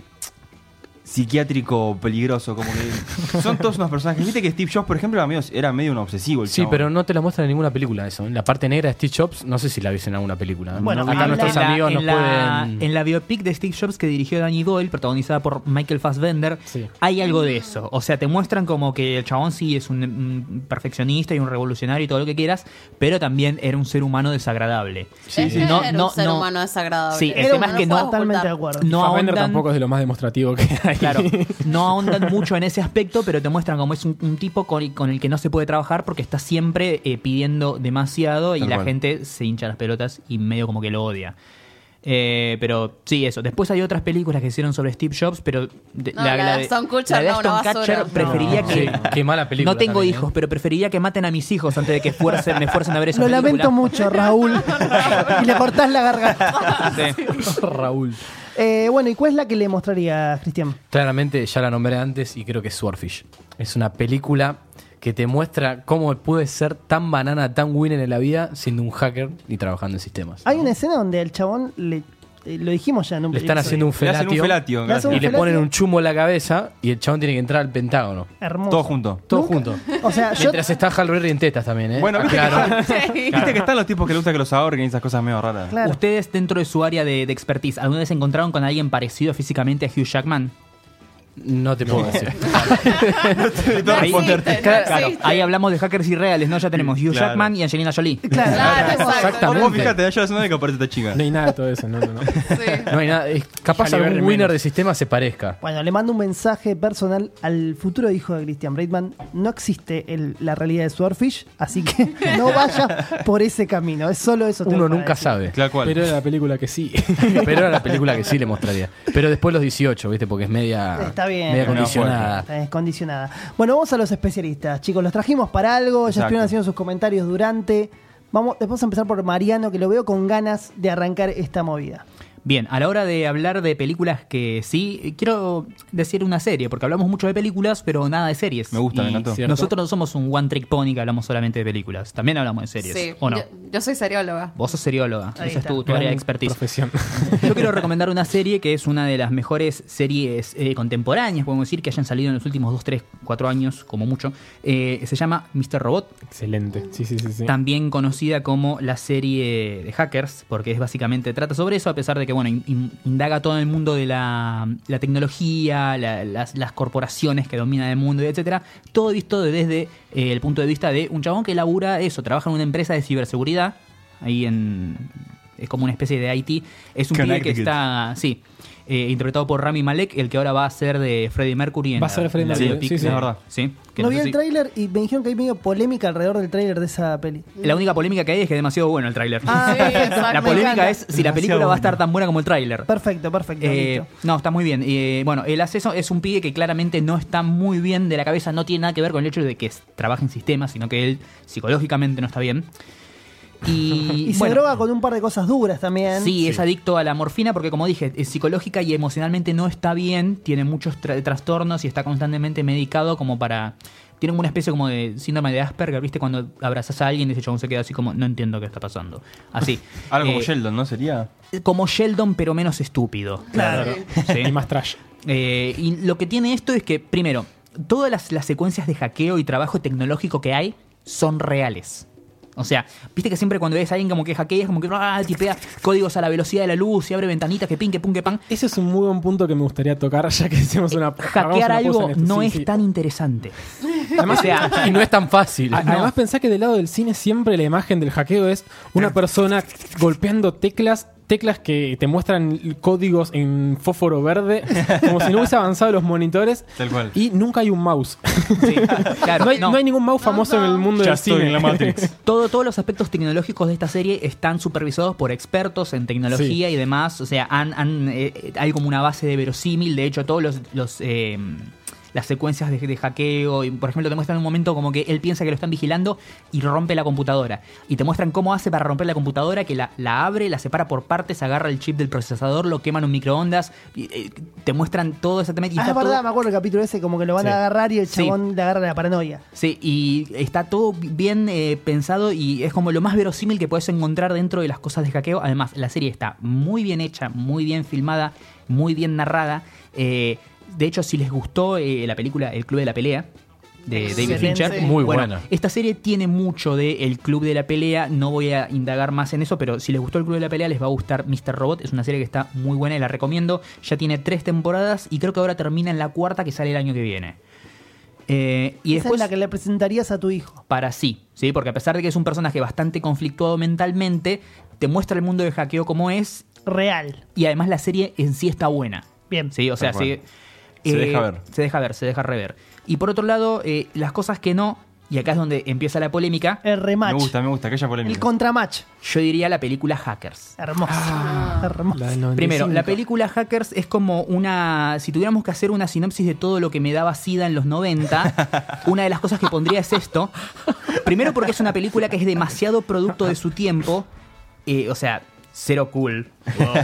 Speaker 3: psiquiátrico peligroso, como que son todos unos personajes. Viste que Steve Jobs, por ejemplo, era medio, era medio un obsesivo el
Speaker 4: Sí,
Speaker 3: chabón.
Speaker 4: pero no te la muestran en ninguna película eso. En la parte negra de Steve Jobs, no sé si la viste en alguna película.
Speaker 1: Bueno,
Speaker 4: acá
Speaker 1: habla-
Speaker 4: nuestros
Speaker 5: en la-
Speaker 4: amigos
Speaker 5: en
Speaker 4: nos
Speaker 5: la,
Speaker 4: pueden...
Speaker 5: en la biopic de Steve Jobs que dirigió Danny Doyle, protagonizada por Michael Fassbender,
Speaker 4: Sí.
Speaker 5: hay algo de eso. O sea, te muestran como que el chabón sí es un, mm, perfeccionista y un revolucionario y todo lo que quieras, pero también era un ser humano desagradable.
Speaker 6: Sí, sí.
Speaker 5: No,
Speaker 6: era
Speaker 5: no,
Speaker 6: un ser
Speaker 5: no.
Speaker 6: humano desagradable.
Speaker 5: Sí, el
Speaker 1: Era
Speaker 5: tema
Speaker 1: un-
Speaker 5: es que
Speaker 1: no
Speaker 5: no-
Speaker 1: puedo totalmente de
Speaker 6: ocultar.
Speaker 1: acuerdo.
Speaker 5: No
Speaker 2: Fassbender
Speaker 5: ahondan-
Speaker 2: tampoco es de lo más demostrativo que hay. [laughs]
Speaker 5: Claro, no ahondan mucho en ese aspecto, pero te muestran como es un, un tipo con, con el que no se puede trabajar porque está siempre eh, pidiendo demasiado y
Speaker 3: Tal
Speaker 5: la
Speaker 3: cual.
Speaker 5: gente se hincha las pelotas y medio como que lo odia. Eh, pero sí, eso. Después hay otras películas que hicieron sobre Steve Jobs, pero de-
Speaker 6: No, la de Aston Kutcher,
Speaker 5: la de
Speaker 6: no, una
Speaker 5: Aston Kutcher
Speaker 6: basura.
Speaker 5: preferiría
Speaker 4: No.
Speaker 5: que...
Speaker 4: Sí, qué mala película
Speaker 5: No tengo
Speaker 4: también, ¿eh?
Speaker 5: hijos, pero preferiría que maten a mis hijos antes de que fuercen, me fuercen a ver esa
Speaker 1: Lo [laughs]
Speaker 5: película.
Speaker 1: lamento mucho, Raúl. y le cortás la garganta. [laughs]
Speaker 5: Sí.
Speaker 4: ¿eh? [laughs] Raúl.
Speaker 1: Eh, bueno, ¿y cuál es la que le mostraría, Cristian?
Speaker 4: Claramente ya la nombré antes y creo que es Swordfish. Es una película que te muestra cómo puedes ser tan banana, tan winner en la vida siendo un hacker y trabajando en sistemas.
Speaker 1: Hay una escena donde al chabón le. eh, Lo dijimos ya en un
Speaker 4: Le están
Speaker 1: episodio.
Speaker 4: haciendo un
Speaker 3: Le hacen un
Speaker 4: felatio,
Speaker 3: felatio.
Speaker 1: Le
Speaker 3: gracias.
Speaker 1: hacen
Speaker 4: y le
Speaker 1: felatio.
Speaker 4: ponen un chumbo en la cabeza y el chabón tiene que entrar al Pentágono.
Speaker 1: Hermoso.
Speaker 3: Todo junto.
Speaker 4: Todo
Speaker 1: Nunca-
Speaker 4: junto.
Speaker 1: O sea, yo.
Speaker 4: Mientras está Hal Berry en tetas también, ¿eh?
Speaker 3: Bueno, viste, [laughs]
Speaker 4: Aclaro.
Speaker 6: Sí.
Speaker 3: Viste que están los tipos que les gusta que los ahorquen y esas cosas medio raras.
Speaker 1: Claro.
Speaker 5: Ustedes, dentro de su área de, de expertise, ¿alguna vez se encontraron con alguien parecido físicamente a Hugh Jackman?
Speaker 4: No te puedo decir.
Speaker 3: [laughs]
Speaker 6: No existe, no existe.
Speaker 5: Ahí hablamos de hackers irreales, ¿no? Ya tenemos Hugh
Speaker 3: Claro.
Speaker 5: Jackman y Angelina Jolie.
Speaker 1: Claro.
Speaker 6: Claro, exacto.
Speaker 4: Exactamente.
Speaker 3: Vos fíjate, yo hace una vez que aparece esta chica.
Speaker 2: No hay nada de todo eso, no, no, no.
Speaker 6: Sí.
Speaker 4: No hay
Speaker 3: [laughs]
Speaker 4: nada. es- capaz
Speaker 2: Halle Berry
Speaker 4: algún winner
Speaker 2: menos.
Speaker 4: de sistema se parezca.
Speaker 1: Bueno, le mando un mensaje personal al futuro hijo de Christian Braitman. No existe el- la realidad de Swordfish, así que no vaya por ese camino. Es solo eso. tengo
Speaker 4: Uno
Speaker 1: para
Speaker 4: nunca
Speaker 1: decir.
Speaker 4: sabe.
Speaker 3: [laughs] Claro cual.
Speaker 2: Pero era la película que sí.
Speaker 4: Pero era la película que sí le mostraría. Pero después los 18, ¿viste? Porque es media,
Speaker 1: Está bien.
Speaker 4: media
Speaker 1: No,
Speaker 4: condicionada.
Speaker 1: Está descondicionada. Bueno, vamos a los especialistas, chicos. Los trajimos para algo. Ya
Speaker 3: Exacto.
Speaker 1: estuvieron haciendo sus comentarios durante. Vamos, después vamos a empezar por Mariano, que lo veo con ganas de arrancar esta movida.
Speaker 5: Bien, a la hora de hablar de películas que sí, eh, quiero decir una serie, porque hablamos mucho de películas, pero nada de series.
Speaker 3: Me gusta, me
Speaker 5: Y
Speaker 3: encantó.
Speaker 2: Cierto.
Speaker 5: Nosotros no somos un one trick pony que hablamos solamente de películas, también hablamos de series,
Speaker 6: Sí.
Speaker 5: ¿o no?
Speaker 6: Yo, yo soy serióloga.
Speaker 5: Vos sos serióloga,
Speaker 1: Ahí
Speaker 5: esa es
Speaker 1: está.
Speaker 5: tu, tu
Speaker 2: [laughs]
Speaker 5: área de
Speaker 2: Gran
Speaker 5: expertise.
Speaker 2: Profesión.
Speaker 5: Yo quiero recomendar una serie que es una de las mejores series eh, contemporáneas, podemos decir, que hayan salido en los últimos 2, 3, 4 años, como mucho. Eh, se llama Mr. Robot,
Speaker 2: Excelente. Sí, sí, sí. sí.
Speaker 5: también conocida como la serie de hackers, porque es básicamente trata sobre eso, a pesar de que, bueno, in- in- indaga todo el mundo de la, la tecnología, la- las, las corporaciones que dominan el mundo, y etcétera. Todo visto desde eh, el punto de vista de un chabón que labura eso, trabaja en una empresa de ciberseguridad, ahí en. Es como una especie de IT. Es un pibe que
Speaker 3: Connecticut.
Speaker 5: está. Sí. eh, interpretado por Rami Malek, el que ahora va a ser de Freddie Mercury en
Speaker 2: Va a
Speaker 5: la-
Speaker 2: ser Freddie
Speaker 5: en la
Speaker 2: Mercury,
Speaker 5: biopic
Speaker 2: sí, sí.
Speaker 5: de-
Speaker 2: Es verdad.
Speaker 5: Sí, que
Speaker 1: No
Speaker 5: sé
Speaker 1: vi el
Speaker 5: si-
Speaker 1: tráiler y me dijeron que hay medio polémica alrededor del tráiler de esa peli.
Speaker 5: la única polémica que hay es que es demasiado bueno el tráiler.
Speaker 1: Mm. Ah,
Speaker 5: [laughs]
Speaker 6: Sí, exacto,
Speaker 5: La
Speaker 6: me
Speaker 5: polémica
Speaker 6: encanta.
Speaker 5: es si la película va a estar tan buena como el tráiler.
Speaker 1: Perfecto, perfecto.
Speaker 5: Eh,
Speaker 1: listo.
Speaker 5: no, está muy bien. Eh, bueno, el acceso es un pibe que claramente no está muy bien de la cabeza, no tiene nada que ver con el hecho de que s- trabaje en sistemas, sino que él psicológicamente no está bien. Y,
Speaker 1: [laughs] Y se
Speaker 5: bueno,
Speaker 1: droga con un par de cosas duras también.
Speaker 5: Sí, es adicto a la morfina porque, como dije, es psicológica y emocionalmente no está bien, tiene muchos tra- trastornos y está constantemente medicado como para... Tiene como una especie como de síndrome de Asperger, ¿viste? Cuando abrazas a alguien y ese chabón se queda así como, no entiendo qué está pasando. Así.
Speaker 3: Algo como
Speaker 5: Eh,
Speaker 3: Sheldon, ¿no sería?
Speaker 5: como Sheldon, pero menos estúpido.
Speaker 1: Claro.
Speaker 5: Sí.
Speaker 2: Y más trash.
Speaker 5: Eh, y lo que tiene esto es que, primero, todas las, las secuencias de hackeo y trabajo tecnológico que hay son reales. O sea, viste que siempre cuando ves a alguien como que hackea, es como que ah, tipea códigos a la velocidad de la luz y abre ventanitas que pin, que pum, que pan.
Speaker 2: Ese es un muy buen punto que me gustaría tocar, [laughs] ya que hicimos una. hagamos
Speaker 5: Hackear
Speaker 2: una pausa
Speaker 5: algo
Speaker 2: en esto.
Speaker 5: no
Speaker 2: Sí,
Speaker 5: es
Speaker 2: sí.
Speaker 5: tan interesante.
Speaker 2: Además- [laughs]
Speaker 5: o sea,
Speaker 4: Y no es tan fácil.
Speaker 3: Ah,
Speaker 2: A- Además,
Speaker 5: No.
Speaker 2: pensá que del lado del cine siempre la imagen del hackeo es una persona golpeando teclas, teclas que te muestran códigos en fósforo verde,
Speaker 5: [laughs]
Speaker 2: como si no hubiese avanzado los monitores.
Speaker 3: Tal cual.
Speaker 2: Y nunca hay un mouse.
Speaker 5: sí, claro,
Speaker 2: no, hay,
Speaker 5: no.
Speaker 2: no hay ningún mouse famoso en el mundo
Speaker 7: Ya
Speaker 2: del
Speaker 7: estoy
Speaker 2: cine.
Speaker 7: en la
Speaker 2: [laughs]
Speaker 7: Matrix.
Speaker 5: [laughs] Todo, todos los aspectos tecnológicos de esta serie están supervisados por expertos en tecnología y demás. O sea, han, han, eh, eh, hay como una base de verosímil. De hecho, todos los, los, eh, las secuencias de, de hackeo, y, por ejemplo, te muestran un momento como que él piensa que lo están vigilando y rompe la computadora. Y te muestran cómo hace para romper la computadora, que la, la abre, la separa por partes, agarra el chip del procesador, lo quema en un microondas. y, eh, te muestran todo exactamente. y
Speaker 1: Ah,
Speaker 5: está
Speaker 1: es verdad,
Speaker 5: todo-
Speaker 1: me acuerdo el capítulo ese, como que lo van
Speaker 2: Sí.
Speaker 1: a agarrar y el
Speaker 5: Sí.
Speaker 1: chabón le agarra la paranoia.
Speaker 5: Sí, y está todo bien eh, pensado y es como lo más verosímil que puedes encontrar dentro de las cosas de hackeo. Además, la serie está muy bien hecha, muy bien filmada, muy bien narrada. Eh, de hecho, si les gustó eh, la película El Club de la Pelea de David
Speaker 6: Excelente.
Speaker 5: Fincher,
Speaker 4: Muy
Speaker 5: bueno,
Speaker 4: buena.
Speaker 5: Esta serie tiene mucho de El Club de la Pelea, no voy a indagar más en eso, pero si les gustó El Club de la Pelea les va a gustar Mr. Robot, es una serie que está muy buena y la recomiendo. Ya tiene tres temporadas y creo que ahora termina en la cuarta que sale el año que viene. Eh, y
Speaker 1: Y
Speaker 5: después
Speaker 1: Esa es la que le presentarías a tu hijo.
Speaker 5: para sí, ¿sí? Porque a pesar de que es un personaje bastante conflictuado mentalmente, te muestra el mundo de hackeo como es
Speaker 1: Real.
Speaker 5: y además la serie en sí está buena.
Speaker 1: Bien.
Speaker 5: Sí, o sea,
Speaker 3: Tal cual.
Speaker 5: sí,
Speaker 3: Se deja ver.
Speaker 5: Se deja ver, se deja rever. Y por otro lado, eh, las cosas que no, y acá es donde empieza la polémica,
Speaker 1: El
Speaker 3: Me
Speaker 1: rematch.
Speaker 3: gusta, me gusta, aquella
Speaker 1: el
Speaker 3: polémica.
Speaker 1: contramatch.
Speaker 5: yo diría la película Hackers.
Speaker 1: Hermoso. Hermoso.
Speaker 2: La del 95.
Speaker 5: Primero, la película Hackers es como una. Si tuviéramos que hacer una sinopsis de todo lo que me daba SIDA en los 90, una de las cosas que pondría es esto. Primero, porque es una película que es demasiado producto de su tiempo. eh, o sea, cero cool. [laughs]
Speaker 7: Wow,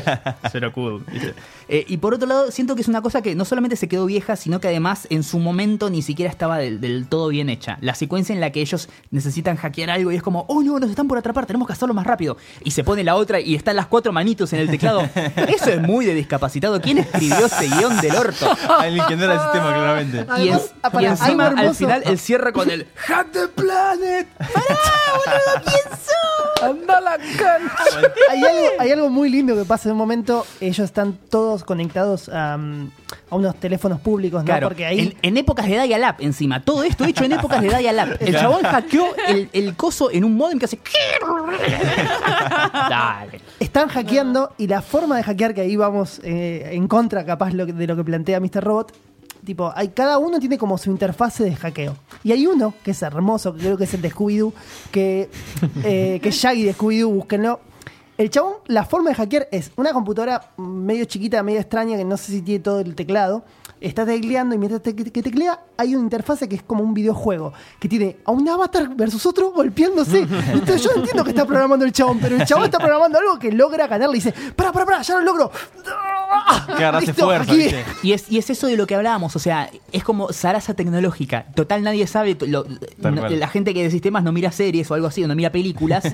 Speaker 7: será cool. ¿viste?
Speaker 5: Eh, y por otro lado, siento que es una cosa que no solamente se quedó vieja, sino que además en su momento ni siquiera estaba del, del todo bien hecha. La secuencia en la que ellos necesitan hackear algo y es como, oh no, nos están por atrapar, tenemos que hacerlo más rápido. Y se pone la otra y están las cuatro manitos en
Speaker 1: [laughs]
Speaker 5: el teclado. Eso es muy de discapacitado. ¿Quién escribió ese guión del orto?
Speaker 3: [laughs] Alguien que no era el sistema, claramente.
Speaker 5: Y, en-
Speaker 1: Además, ah,
Speaker 5: y
Speaker 1: pará,
Speaker 5: encima
Speaker 1: algo
Speaker 5: al
Speaker 1: hermoso.
Speaker 5: final el cierre
Speaker 1: [laughs]
Speaker 5: con el Hack the Planet. ¡Pará, boludo! ¿Quién sos? Anda a la cancha.
Speaker 1: hay, algo, hay algo muy lindo que pasa en un momento. Ellos están todos conectados a, mm, a unos teléfonos públicos, ¿no?
Speaker 5: Claro,
Speaker 1: Porque ahí.
Speaker 5: en, en épocas de dial-up encima. Todo esto hecho en épocas de dial-up. El chabón hackeó el, el coso en un modem que hace...
Speaker 3: [laughs]
Speaker 5: Dale.
Speaker 1: Están hackeando y la forma de hackear, que ahí vamos eh, en contra capaz lo que- de lo que plantea Mr. Robot, tipo, hay, cada uno tiene como su interfase de hackeo. Y hay uno, que es hermoso, que creo que es el de Scooby-Doo, que, eh, que es Shaggy de Scooby-Doo, búsquenlo. El chabón, la forma de hackear es una computadora medio chiquita, medio extraña, que no sé si tiene todo el teclado. Está tecleando y mientras te- que teclea hay una interfase que es como un videojuego, que tiene a un avatar versus otro golpeándose. Entonces yo entiendo que está programando el chabón, pero el chabón está programando algo que logra ganarle y dice, para, para, para, ya lo logro.
Speaker 3: Claro, hace
Speaker 1: Listo,
Speaker 3: fuerza,
Speaker 1: aquí.
Speaker 3: ¿viste?
Speaker 5: Y es, y es eso de lo que hablábamos, o sea, es como zaraza tecnológica. Total, nadie sabe, to- lo- no-
Speaker 3: cual.
Speaker 5: la gente que de sistemas no mira series o algo así, o no mira películas,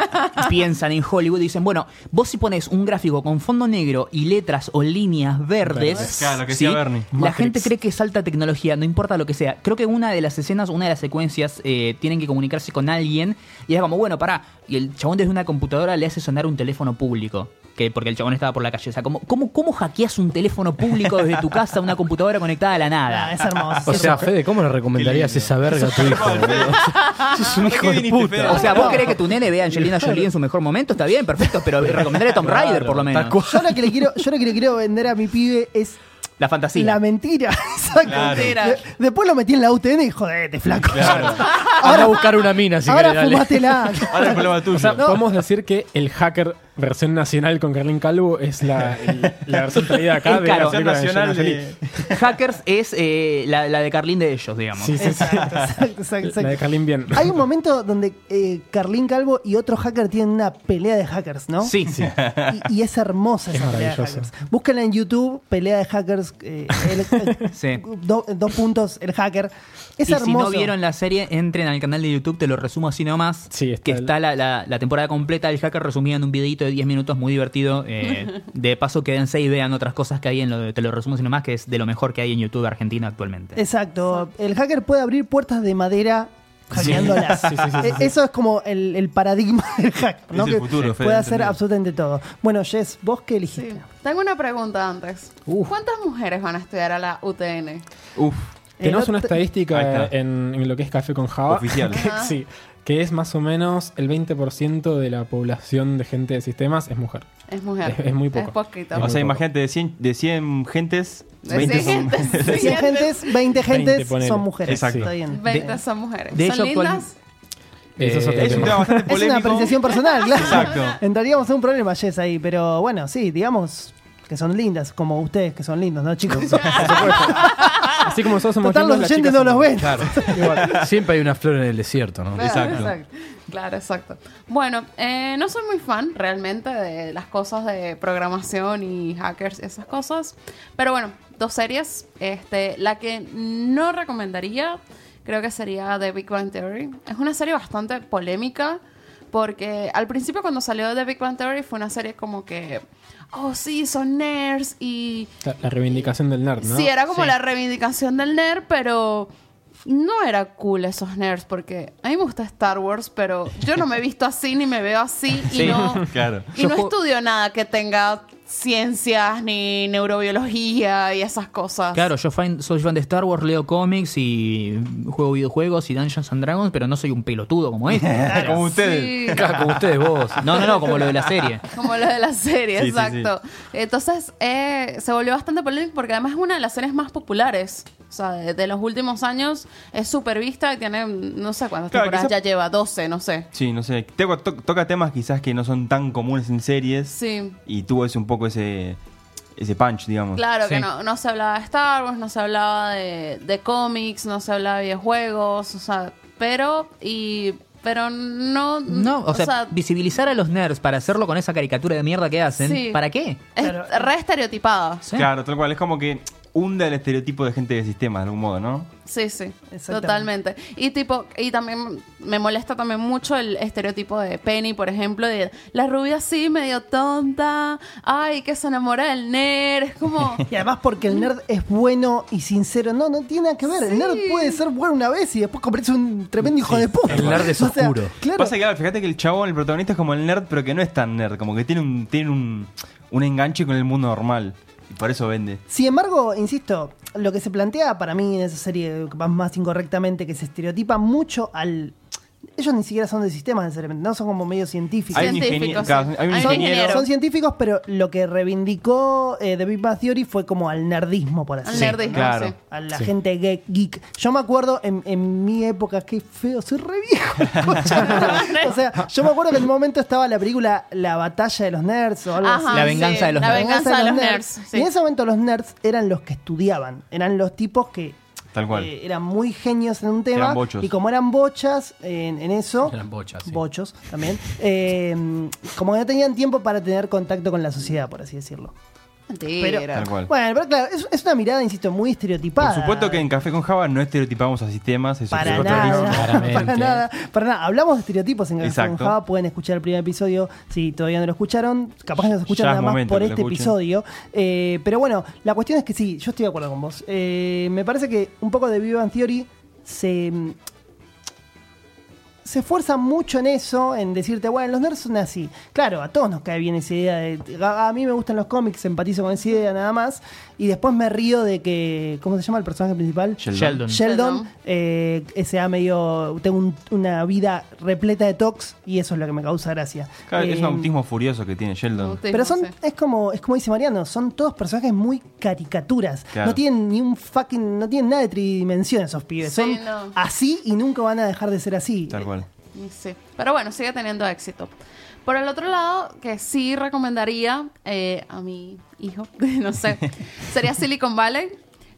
Speaker 3: [laughs]
Speaker 5: piensan en Hollywood y dicen, bueno, vos si pones un gráfico con fondo negro y letras o líneas verdes,
Speaker 3: Claro, lo que decía Bernie.
Speaker 5: la
Speaker 2: Matrix.
Speaker 5: gente cree que es alta tecnología, no importa lo que sea. Creo que una de las escenas, una de las secuencias, eh, tienen que comunicarse con alguien y es como, bueno, pará, y el chabón desde una computadora le hace sonar un teléfono público. Que porque el chabón estaba por la calle. O sea, ¿cómo, cómo, cómo hackeas un teléfono público desde tu casa a una computadora conectada a la
Speaker 1: Ah, [laughs]
Speaker 5: nada?
Speaker 1: es hermoso.
Speaker 4: O sea, Fede, ¿cómo le recomendarías
Speaker 3: Qué lindo.
Speaker 4: esa verga a
Speaker 3: [laughs]
Speaker 4: tu hijo? boludo? Sos un
Speaker 3: ¿Para qué
Speaker 4: hijo de
Speaker 3: viniste,
Speaker 4: puta.
Speaker 3: Fede?
Speaker 5: O sea, ¿vos querés que tu nene vea a Angelina Jolie en su mejor momento? Está bien, perfecto, pero recomendaré a Tom Rider por lo menos.
Speaker 4: Tal cual.
Speaker 1: Yo lo que le quiero, yo lo que le quiero vender a mi pibe es
Speaker 5: La fantasía.
Speaker 1: la mentira. [laughs] Exacto.
Speaker 3: Claro.
Speaker 1: De- después lo metí en la UTN y jodete, flaco.
Speaker 4: Ahora a buscar una mina, si
Speaker 1: Ahora
Speaker 4: querés, dale.
Speaker 1: fumátela.
Speaker 3: [laughs] Ahora el problema es tuyo.
Speaker 2: O sea, podemos decir que el hacker versión nacional con Carlín Calvo es la, el- la versión traída acá
Speaker 5: Es
Speaker 2: de la
Speaker 5: claro.
Speaker 2: película de
Speaker 3: nacional
Speaker 2: Angelina
Speaker 3: de-
Speaker 5: Hackers es eh, la, la de Carlín de ellos, digamos.
Speaker 2: Jolie. Sí, sí, sí.
Speaker 1: Exacto, exacto, exacto,
Speaker 2: La de
Speaker 1: exacto.
Speaker 2: Carlín bien.
Speaker 1: Hay un momento donde eh, Carlín Calvo y otro hacker tienen una pelea de hackers, ¿no?
Speaker 5: Sí, sí.
Speaker 1: Y, y es hermosa
Speaker 2: Es
Speaker 1: esa pelea de
Speaker 2: maravilloso.
Speaker 1: hackers. Búsquenla en YouTube, pelea de hackers, eh, el-
Speaker 5: [laughs] Sí.
Speaker 1: do- dos puntos, el hacker. Es
Speaker 5: y
Speaker 1: hermoso.
Speaker 5: si no vieron la serie, entren al canal de YouTube, te lo resumo así nomás.
Speaker 2: Sí, está
Speaker 5: que
Speaker 2: el-
Speaker 5: está la, la- la temporada completa del hacker resumida en un videito de 10 minutos, muy divertido. eh, de paso, quédense y vean otras cosas que hay en lo de Te lo resumo así nomás, que es de lo mejor que hay en YouTube argentino actualmente.
Speaker 1: Exacto. El hacker puede abrir puertas de madera hackeándolas.
Speaker 2: Sí, sí, sí, sí,
Speaker 1: Eh, Eso es como el, el paradigma [laughs] del hack, ¿no?
Speaker 3: Es el
Speaker 1: Que
Speaker 3: futuro, Fede,
Speaker 1: puede hacer
Speaker 3: entendido.
Speaker 1: absolutamente todo. Bueno, Jess, ¿vos qué elegiste?
Speaker 6: Sí. Tengo una pregunta antes. ¿Cuántas mujeres van a estudiar a la UTN?
Speaker 3: Uf,
Speaker 2: Tenemos
Speaker 1: El
Speaker 2: una
Speaker 1: otro-
Speaker 3: Ahí
Speaker 2: estadística
Speaker 3: está.
Speaker 2: en, en lo que es Café con Java. [laughs]
Speaker 3: Oficial.
Speaker 2: que-
Speaker 6: Ajá.
Speaker 2: sí. Que es más o menos el 20% de la población de gente de sistemas es mujer.
Speaker 6: Es mujer.
Speaker 2: Es- es muy poco.
Speaker 6: Es poquito.
Speaker 2: Es
Speaker 3: o
Speaker 2: muy
Speaker 3: sea,
Speaker 2: poco.
Speaker 3: imagínate, de 100, de 100 gentes,
Speaker 6: De
Speaker 3: 20 son- [laughs]
Speaker 6: cien gentes,
Speaker 1: 100 gentes, 20 gentes
Speaker 2: ponele.
Speaker 1: son mujeres.
Speaker 3: Exacto.
Speaker 1: Está bien.
Speaker 6: 20 son mujeres.
Speaker 5: de hecho,
Speaker 6: ¿Son
Speaker 5: actual-
Speaker 6: lindas?
Speaker 2: Eso es otro
Speaker 3: Eh, Es un
Speaker 2: tema.
Speaker 3: [laughs] tema bastante
Speaker 1: Es
Speaker 3: polémico.
Speaker 1: una apreciación personal, claro.
Speaker 3: Exacto.
Speaker 1: Entraríamos en un problema, Jess, ahí. Pero bueno, sí, digamos que son lindas, como ustedes que son lindos, ¿no, chicos?
Speaker 2: Así como nosotros somos
Speaker 1: Total, los
Speaker 2: lindos, las
Speaker 1: oyentes
Speaker 2: chicas
Speaker 1: no
Speaker 2: son-
Speaker 1: los ven.
Speaker 3: Claro.
Speaker 4: Igual, Siempre hay una flor en el desierto, ¿no?
Speaker 3: Exacto.
Speaker 6: Claro, exacto. Bueno, eh, no soy muy fan realmente de las cosas de programación y hackers y esas cosas. Pero bueno, dos series. Este, la que no recomendaría creo que sería The Big Bang Theory. Es una serie bastante polémica porque al principio cuando salió The Big Bang Theory fue una serie como que, oh sí, son nerds y
Speaker 2: La, la reivindicación del nerd, ¿no?
Speaker 6: Sí, era como
Speaker 5: Sí.
Speaker 6: la reivindicación del nerd, pero no era cool esos nerds porque a mí me gusta Star Wars, pero yo no me he visto así ni me veo así
Speaker 5: Sí.
Speaker 6: y
Speaker 3: [laughs]
Speaker 6: no,
Speaker 3: Claro.
Speaker 6: y
Speaker 5: Yo
Speaker 6: no
Speaker 5: juego-
Speaker 6: estudio nada que tenga ciencias ni neurobiología y esas cosas.
Speaker 5: Claro, yo fan- soy fan de Star Wars, leo cómics y juego videojuegos y Dungeons and Dragons, pero no soy un pelotudo como este.
Speaker 3: Ah, Como ustedes.
Speaker 6: Sí.
Speaker 4: Claro, como ustedes, vos.
Speaker 5: No, no, no, como lo de la serie.
Speaker 6: [laughs] Como lo de la serie,
Speaker 3: Sí, sí,
Speaker 6: exacto. Entonces, eh, se volvió bastante polémico porque además es una de las series más populares. O sea, de, de los últimos años es súper vista y tiene, no sé cuántas
Speaker 3: Claro,
Speaker 6: temporadas
Speaker 3: quizá-
Speaker 6: ya lleva, 12, no sé.
Speaker 3: Sí, no sé. Toca, to- toca temas quizás que no son tan comunes en series.
Speaker 6: Sí.
Speaker 3: Y tuvo ese un poco ese, ese punch, digamos.
Speaker 6: Claro que
Speaker 5: Sí.
Speaker 6: no, no se hablaba de Star Wars, no se hablaba de, de cómics, no se hablaba de videojuegos, o sea, pero y Pero no.
Speaker 5: No, o, sea, visibilizar a los nerds para hacerlo con esa caricatura de mierda que hacen,
Speaker 6: Sí.
Speaker 5: ¿para qué?
Speaker 6: es re estereotipada.
Speaker 5: Sí.
Speaker 3: Claro, tal cual. Es como que hunde el estereotipo de gente de sistema, de algún modo, ¿no?
Speaker 6: Sí, sí,
Speaker 1: Exactamente.
Speaker 6: totalmente. Y tipo, y también me molesta también mucho el estereotipo de Penny, por ejemplo, de la rubia así, medio tonta, ay, que se enamora del nerd, es
Speaker 5: [laughs]
Speaker 6: como...
Speaker 1: Y además porque el nerd es bueno y sincero. No, no tiene nada que ver. El nerd puede ser bueno una vez y después convertirse en un tremendo hijo de puta.
Speaker 4: el nerd es
Speaker 1: [laughs] O sea,
Speaker 4: oscuro.
Speaker 1: claro.
Speaker 3: Pasa que, claro, fíjate que el chabón, el protagonista, es como el nerd, pero que no es tan nerd. Como que tiene un, tiene un, un enganche con el mundo normal. Y por eso vende.
Speaker 1: Sin embargo, insisto, lo que se plantea para mí en esa serie, más, más incorrectamente, que se estereotipa mucho al... Ellos ni siquiera son de sistemas necesariamente, no son como medio científicos.
Speaker 3: Hay un
Speaker 6: Científico,
Speaker 3: ingenie- claro,
Speaker 6: sí.
Speaker 3: hay un
Speaker 1: son,
Speaker 3: ingeniero.
Speaker 1: son científicos, pero lo que reivindicó eh, The Big Bang Theory fue como al nerdismo, por así
Speaker 6: Al
Speaker 1: decirlo.
Speaker 6: nerdismo,
Speaker 3: claro.
Speaker 6: sí.
Speaker 1: A la gente ge- geek. Yo me acuerdo en, en mi época, qué feo, soy re viejo. o sea, yo me acuerdo que en un momento estaba la película La batalla de los nerds o algo
Speaker 6: Ajá,
Speaker 1: así.
Speaker 5: La venganza de los
Speaker 6: la
Speaker 5: nerds.
Speaker 6: venganza de los nerds. sí.
Speaker 1: Y en ese momento los nerds eran los que estudiaban, eran los tipos que
Speaker 3: Tal cual.
Speaker 1: eh, eran muy genios en un tema.
Speaker 3: Eran bochos.
Speaker 1: Y como eran bochas en, en eso,
Speaker 4: [laughs] Eran bochas, sí.
Speaker 1: bochos también, eh, como que no tenían tiempo para tener contacto con la sociedad, por así decirlo.
Speaker 6: Mentira.
Speaker 3: Tal cual.
Speaker 1: Bueno, pero claro, es, es una mirada, insisto, muy
Speaker 3: Por
Speaker 1: estereotipada.
Speaker 3: supuesto que en Café con Java no estereotipamos a sistemas. Eso
Speaker 1: Para
Speaker 3: es
Speaker 1: nada,
Speaker 3: clarísimo.
Speaker 1: [laughs] para
Speaker 4: Claramente.
Speaker 1: nada, para nada. Hablamos de estereotipos en Café con
Speaker 3: Exacto.
Speaker 1: Java. Pueden escuchar el primer episodio si todavía no lo escucharon. Capaz no se escuchan
Speaker 3: Ya es
Speaker 1: nada más
Speaker 3: momento
Speaker 1: por
Speaker 3: que lo
Speaker 1: este
Speaker 3: escuchen.
Speaker 1: episodio. Eh, pero bueno, la cuestión es que sí, yo estoy de acuerdo con vos. Eh, me parece que un poco de Vivan Theory se. mm, Se esfuerza mucho en eso, en decirte, bueno, los nerds son así. Claro, a todos nos cae bien esa idea de. "Ah, A, a mí me gustan los cómics, empatizo con esa idea nada más. Y después me río de que. ¿Cómo se llama el personaje principal? Sheldon,
Speaker 5: Sheldon.
Speaker 6: Sheldon.
Speaker 1: eh, S.A. medio. Tengo un- una vida repleta de tox y eso es lo que me causa gracia.
Speaker 3: Claro, es un
Speaker 1: Eh,
Speaker 3: autismo furioso que tiene Sheldon.
Speaker 6: Autismo,
Speaker 1: Pero son,
Speaker 6: sí.
Speaker 1: es como, es como dice Mariano, son todos personajes muy caricaturas.
Speaker 3: Claro.
Speaker 1: No tienen ni un fucking, no tienen nada de tridimensiones esos pibes.
Speaker 6: Sí,
Speaker 1: son
Speaker 6: no.
Speaker 1: así y nunca van a dejar de ser así.
Speaker 3: Tal cual.
Speaker 6: Y sí. Pero bueno, sigue teniendo éxito. Por el otro lado, que sí recomendaría eh, a mi hijo, [laughs] no sé, sería Silicon Valley.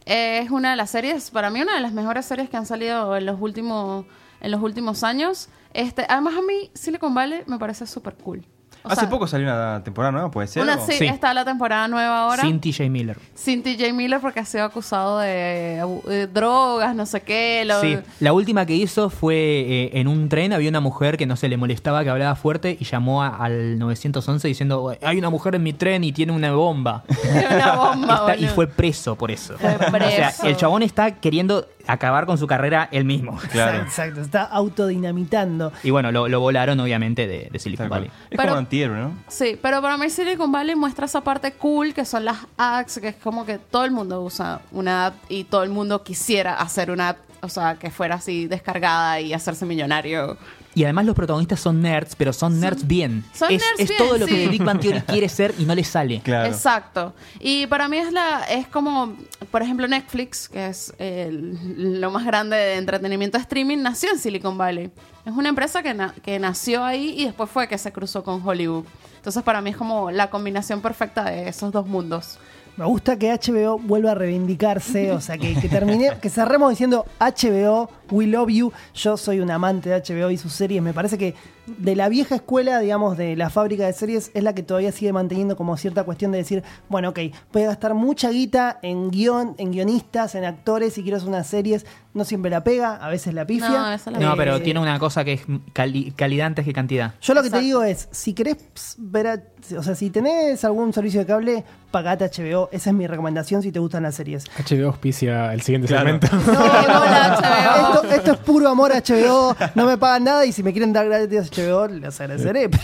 Speaker 6: Eh, es una de las series, para mí, una de las mejores series que han salido en los últimos, en los últimos años. Este, además, a mí Silicon Valley me parece súper cool. O
Speaker 3: Hace
Speaker 6: sea,
Speaker 3: poco salió una temporada nueva, puede ser.
Speaker 6: Una,
Speaker 3: o-
Speaker 6: sí,
Speaker 5: Sí.
Speaker 6: está la temporada nueva ahora.
Speaker 5: Sin TJ Miller.
Speaker 6: Sin TJ Miller porque ha sido acusado de, abu- de drogas, no sé qué. lo-
Speaker 5: Sí, la última que hizo fue eh, en un tren, había una mujer que no se le molestaba que hablaba fuerte y llamó a- al 911 diciendo, hay una mujer en mi tren y tiene una
Speaker 6: [laughs]
Speaker 5: bomba.
Speaker 6: Tiene una bomba,
Speaker 5: Está- [laughs] y
Speaker 6: boludo.
Speaker 5: fue preso por eso. [laughs]
Speaker 6: Fue
Speaker 5: O sea,
Speaker 6: preso.
Speaker 5: el chabón está queriendo acabar con su carrera él mismo.
Speaker 3: Claro.
Speaker 1: Exacto, está autodinamitando.
Speaker 5: Y bueno, lo, lo volaron obviamente de, de Silicon
Speaker 3: Tal cual.
Speaker 5: Valley.
Speaker 3: Es
Speaker 6: Pero-
Speaker 3: como un antihéroe, ¿no?
Speaker 6: Sí, pero para mí Silicon Valley muestra esa parte cool que son las apps, que es como que todo el mundo usa una app y todo el mundo quisiera hacer una app, o sea, que fuera así descargada y hacerse millonario.
Speaker 5: Y además los protagonistas son nerds, pero son nerds bien.
Speaker 6: Son
Speaker 5: es
Speaker 6: nerds
Speaker 5: es
Speaker 6: bien,
Speaker 5: todo lo que
Speaker 6: sí.
Speaker 5: The Big Bang
Speaker 6: [laughs]
Speaker 5: Theory quiere ser y no le sale.
Speaker 3: Claro.
Speaker 6: Exacto. Y para mí es la es como, por ejemplo, Netflix, que es el- lo más grande de entretenimiento streaming, nació en Silicon Valley. Es una empresa que, na- que nació ahí y después fue que se cruzó con Hollywood. Entonces para mí es como la combinación perfecta de esos dos mundos.
Speaker 1: Me gusta que HBO vuelva a reivindicarse, o sea, que, que termine, que cerremos diciendo HBO, we love you. Yo soy un amante de HBO y sus series. Me parece que de la vieja escuela, digamos, de la fábrica de series, es la que todavía sigue manteniendo como cierta cuestión de decir, bueno, ok, voy a gastar mucha guita en guión, en guionistas, en actores, y quiero hacer unas series. No siempre la pega, a veces la pifia.
Speaker 6: No, esa la
Speaker 5: No,
Speaker 1: Eh,
Speaker 5: pero tiene una cosa que es cali- calidad antes que cantidad.
Speaker 1: yo lo que te
Speaker 6: Exacto.
Speaker 1: digo es, si querés ver, a- o sea, si tenés algún servicio de cable, pagate HBO. Esa es mi recomendación si te gustan las series.
Speaker 2: HBO auspicia el siguiente segmento.
Speaker 1: [laughs] No, no,
Speaker 6: Hola, HBO.
Speaker 1: Esto, esto es puro amor a HBO. No me pagan nada y si me quieren dar gratis HBO, les agradeceré.
Speaker 2: [laughs]
Speaker 1: Pero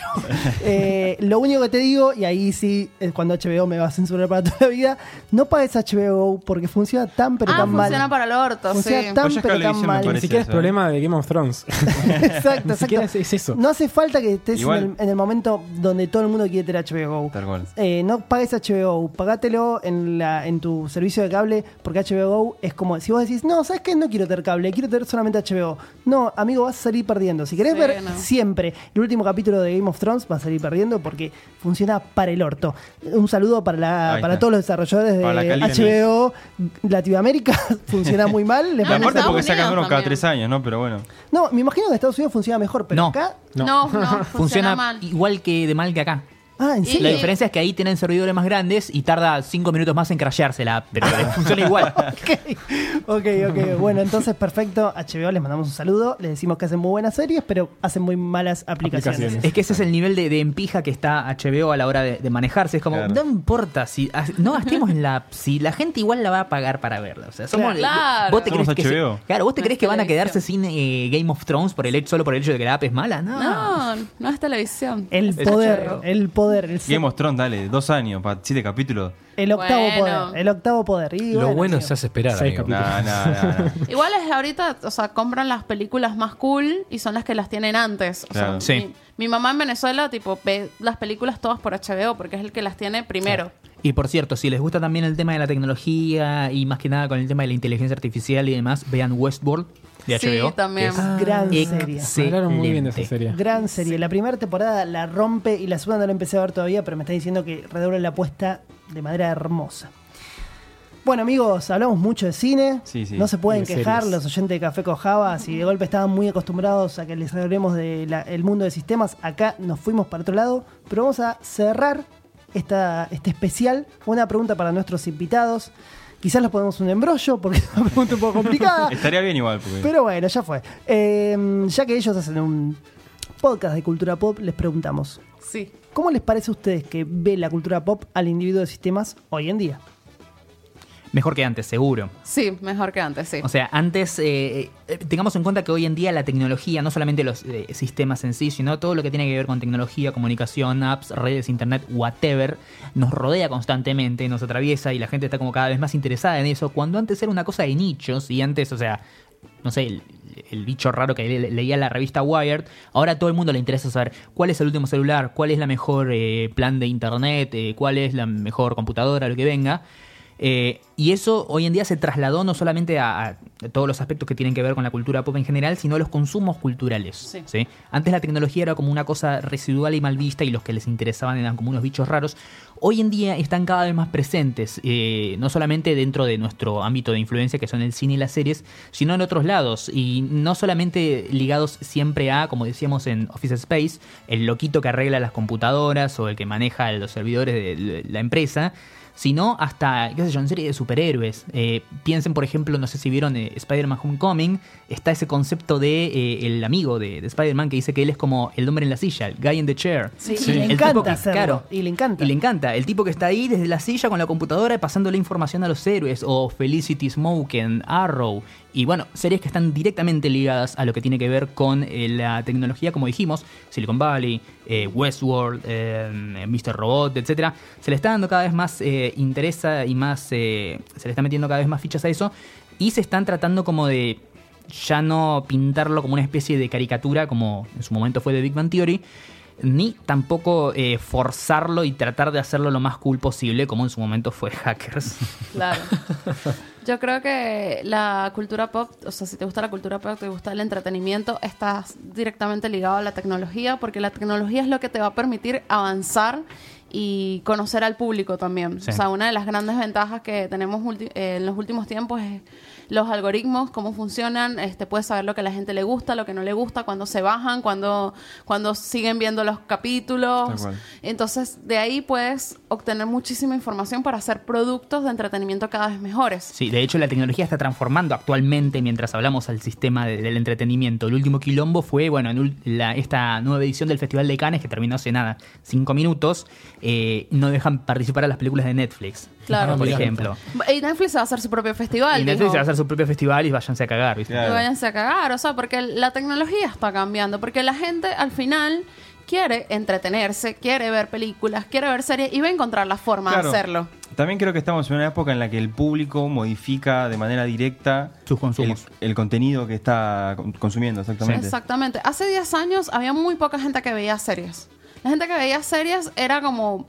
Speaker 1: eh, lo único que te digo, y ahí sí es cuando HBO me va a censurar para toda la vida, no pagues HBO porque funciona tan pero
Speaker 6: ah,
Speaker 1: tan mal.
Speaker 6: funciona para el orto,
Speaker 1: Funciona
Speaker 6: sí.
Speaker 1: tan
Speaker 3: Oye, es
Speaker 1: pero tan
Speaker 3: cablevisión, me
Speaker 1: mal.
Speaker 2: Ni
Speaker 3: parece.
Speaker 2: siquiera es
Speaker 3: eso, ¿eh?
Speaker 2: problema de Game of Thrones.
Speaker 1: [laughs] Exacto,
Speaker 2: Ni siquiera
Speaker 1: exacto.
Speaker 2: es- es eso.
Speaker 1: No hace falta que estés en
Speaker 3: Igual.
Speaker 1: el, en el momento donde todo el mundo quiere tener HBO.
Speaker 3: Tal cual.
Speaker 1: Eh, no pagues HBO, pagátelo en, la, en tu servicio de cable, porque HBO es como, si vos decís, no, ¿sabes qué? No quiero tener cable, quiero tener ver solamente HBO. No, amigo, vas a salir perdiendo. Si querés
Speaker 6: Sí,
Speaker 1: ver
Speaker 6: no.
Speaker 1: siempre el último capítulo de Game of Thrones, vas a salir perdiendo porque funciona para el orto. Un saludo para, la,
Speaker 3: Ahí
Speaker 1: para
Speaker 3: está.
Speaker 1: todos los desarrolladores de
Speaker 3: Para la calidad.
Speaker 1: HBO Latinoamérica. [laughs] funciona muy mal. Le
Speaker 6: Ah,
Speaker 3: La
Speaker 1: pones
Speaker 3: parte
Speaker 1: a-
Speaker 6: Estados
Speaker 3: porque sacan
Speaker 6: Unidos
Speaker 3: uno cada
Speaker 6: también.
Speaker 3: tres años, ¿no? Pero bueno.
Speaker 1: No, me imagino que en Estados Unidos funciona mejor, pero
Speaker 5: No.
Speaker 1: acá.
Speaker 6: No, no, [laughs] funciona,
Speaker 5: Funciona,
Speaker 6: mal.
Speaker 5: igual que de mal que acá.
Speaker 1: Ah, en
Speaker 6: Y-
Speaker 1: serio.
Speaker 5: La diferencia es que ahí tienen servidores más grandes y tarda 5 minutos más en crasheársela, pero funciona igual.
Speaker 6: [laughs]
Speaker 1: Ok, ok. Bueno, entonces perfecto. HBO les mandamos un saludo. Les decimos que hacen muy buenas series, pero hacen muy malas aplicaciones.
Speaker 2: Aplicaciones.
Speaker 5: Es que ese es el nivel de, de empija que está HBO a la hora de, de manejarse. Es como,
Speaker 3: Claro.
Speaker 5: no importa si as- no gastemos en la si la gente igual la va a pagar para verla. O sea, somos
Speaker 6: Claro.
Speaker 5: vos te
Speaker 3: Somos
Speaker 5: crees que se-
Speaker 3: HBO.
Speaker 5: claro, vos te
Speaker 6: No
Speaker 5: crees
Speaker 6: es
Speaker 5: que van a
Speaker 6: televisión.
Speaker 5: quedarse sin eh, Game of Thrones por el hecho solo por el hecho de que la app es mala? No.
Speaker 6: No, no es televisión.
Speaker 1: El
Speaker 6: Ah. Es
Speaker 1: poder,
Speaker 6: HBO.
Speaker 1: el poder, el,
Speaker 3: Game of Thrones, dale, dos años, para siete capítulos.
Speaker 1: el octavo
Speaker 6: Bueno.
Speaker 1: poder. El octavo poder. Y
Speaker 4: Lo bueno
Speaker 1: amigo.
Speaker 4: se hace esperar,
Speaker 2: Seis
Speaker 4: amigo.
Speaker 2: capítulos.
Speaker 3: No, no, no.
Speaker 6: [laughs]
Speaker 3: no.
Speaker 6: Igual es ahorita, o sea, compran las películas más cool y son las que las tienen antes. O
Speaker 3: Claro.
Speaker 6: sea,
Speaker 5: Sí.
Speaker 6: mi, mi mamá en Venezuela, tipo, ve las películas todas por HBO porque es el que las tiene primero.
Speaker 5: Y por cierto, si les gusta también el tema de la tecnología y más que nada con el tema de la inteligencia artificial y demás, vean Westworld de
Speaker 6: Sí,
Speaker 5: HBO. que
Speaker 6: también.
Speaker 5: es
Speaker 1: Ah, gran serie.
Speaker 5: excelente.
Speaker 2: [laughs] Hablaron muy bien de esa serie.
Speaker 1: Gran serie. La primera temporada la rompe y la segunda no la empecé a ver todavía, pero me está diciendo que redobla la apuesta de manera hermosa. Bueno, amigos, hablamos mucho de cine.
Speaker 3: Sí, sí.
Speaker 1: No se pueden
Speaker 2: Y de
Speaker 1: quejar
Speaker 2: series.
Speaker 1: los oyentes de Café con Java. Si de golpe estaban muy acostumbrados a que les hablemos del mundo de sistemas, acá nos fuimos para otro lado. Pero vamos a cerrar esta, este especial con una pregunta para nuestros invitados. Quizás los ponemos un embrollo porque es una pregunta un poco complicada.
Speaker 3: Estaría bien igual, porque.
Speaker 1: Pero bueno, ya fue. Eh, ya que ellos hacen un podcast de cultura pop, les preguntamos,
Speaker 6: Sí.
Speaker 1: ¿cómo les parece a ustedes que ve la cultura pop al individuo de sistemas hoy en día?
Speaker 5: Mejor que antes, seguro.
Speaker 6: Sí, mejor que antes, sí.
Speaker 5: O sea, antes, eh, eh, tengamos en cuenta que hoy en día la tecnología, no solamente los eh, sistemas en sí, sino todo lo que tiene que ver con tecnología, comunicación, apps, redes, internet, whatever, nos rodea constantemente, nos atraviesa y la gente está como cada vez más interesada en eso, cuando antes era una cosa de nichos y antes, o sea, no sé, el, el bicho raro que le- leía la revista Wired, ahora a todo el mundo le interesa saber cuál es el último celular, cuál es la mejor eh, plan de internet, eh, cuál es la mejor computadora, lo que venga. Eh, y eso hoy en día se trasladó no solamente a, a todos los aspectos que tienen que ver con la cultura pop en general, sino a los consumos culturales.
Speaker 6: Sí.
Speaker 5: ¿sí? Antes la tecnología era como una cosa residual y mal vista y los que les interesaban eran como unos bichos raros. Hoy en día están cada vez más presentes, eh, no solamente dentro de nuestro ámbito de influencia, que son el cine y las series, sino en otros lados. Y no solamente ligados siempre a, como decíamos en Office Space, el loquito que arregla las computadoras o el que maneja los servidores de la empresa, sino hasta, qué sé yo, en serie de superhéroes. Eh, piensen, por ejemplo, no sé si vieron eh, Spider-Man Homecoming, está ese concepto de eh, el amigo de, de Spider-Man que dice que él es como el hombre en la silla, el guy in the chair.
Speaker 1: Sí. Y le
Speaker 5: El
Speaker 1: encanta
Speaker 5: tipo que-
Speaker 1: hacerlo.
Speaker 5: claro.
Speaker 1: Y le encanta.
Speaker 5: Y le encanta. El tipo que está ahí desde la silla con la computadora y pasando la información a los héroes. O Felicity Smoken, Arrow. Y bueno, series que están directamente ligadas a lo que tiene que ver con eh, la tecnología, como dijimos, Silicon Valley, eh, Westworld, eh, Mr. Robot, etcétera. Se le está dando cada vez más eh, interés a- y más. eh, se le está metiendo cada vez más fichas a eso. Y se están tratando como de ya no pintarlo como una especie de caricatura, como en su momento fue de Big Bang Theory, ni tampoco eh, forzarlo y tratar de hacerlo lo más cool posible, como en su momento fue Hackers.
Speaker 3: [laughs]
Speaker 6: Claro. Yo creo que la cultura pop, o sea, si te gusta la cultura pop, te gusta el entretenimiento, estás directamente ligado a la tecnología, porque la tecnología es lo que te va a permitir avanzar y conocer al público también.
Speaker 5: Sí.
Speaker 6: O sea, una de las grandes ventajas que tenemos ulti- eh, en los últimos tiempos es los algoritmos, cómo funcionan, este, puedes saber lo que a la gente le gusta, lo que no le gusta, cuándo se bajan, cuándo, cuándo siguen viendo los
Speaker 3: Tal
Speaker 6: capítulos.
Speaker 3: cual.
Speaker 6: Entonces, de ahí puedes obtener muchísima información para hacer productos de entretenimiento cada vez mejores.
Speaker 5: Sí, de hecho la tecnología está transformando actualmente mientras hablamos al sistema de- del entretenimiento. El último quilombo fue, bueno, en ul- la- esta nueva edición del Festival de Cannes que terminó hace nada, cinco minutos, eh, no dejan participar a las películas de Netflix.
Speaker 6: Claro.
Speaker 5: por
Speaker 6: Ah, mira.
Speaker 5: ejemplo.
Speaker 6: Y Netflix va a hacer su propio festival.
Speaker 5: Y Netflix
Speaker 6: dijo.
Speaker 5: va a hacer su propio festival y váyanse a cagar, ¿viste?
Speaker 3: Claro.
Speaker 6: Y váyanse a cagar, o sea, porque la tecnología está cambiando, porque la gente al final quiere entretenerse, quiere ver películas, quiere ver series y va a encontrar la forma
Speaker 3: Claro.
Speaker 6: de hacerlo.
Speaker 3: También creo que estamos en una época en la que el público modifica de manera directa
Speaker 5: Sus consumos.
Speaker 3: El, el contenido que está con- consumiendo, exactamente.
Speaker 6: Exactamente. Hace 10 años había muy poca gente que veía series. La gente que veía series era como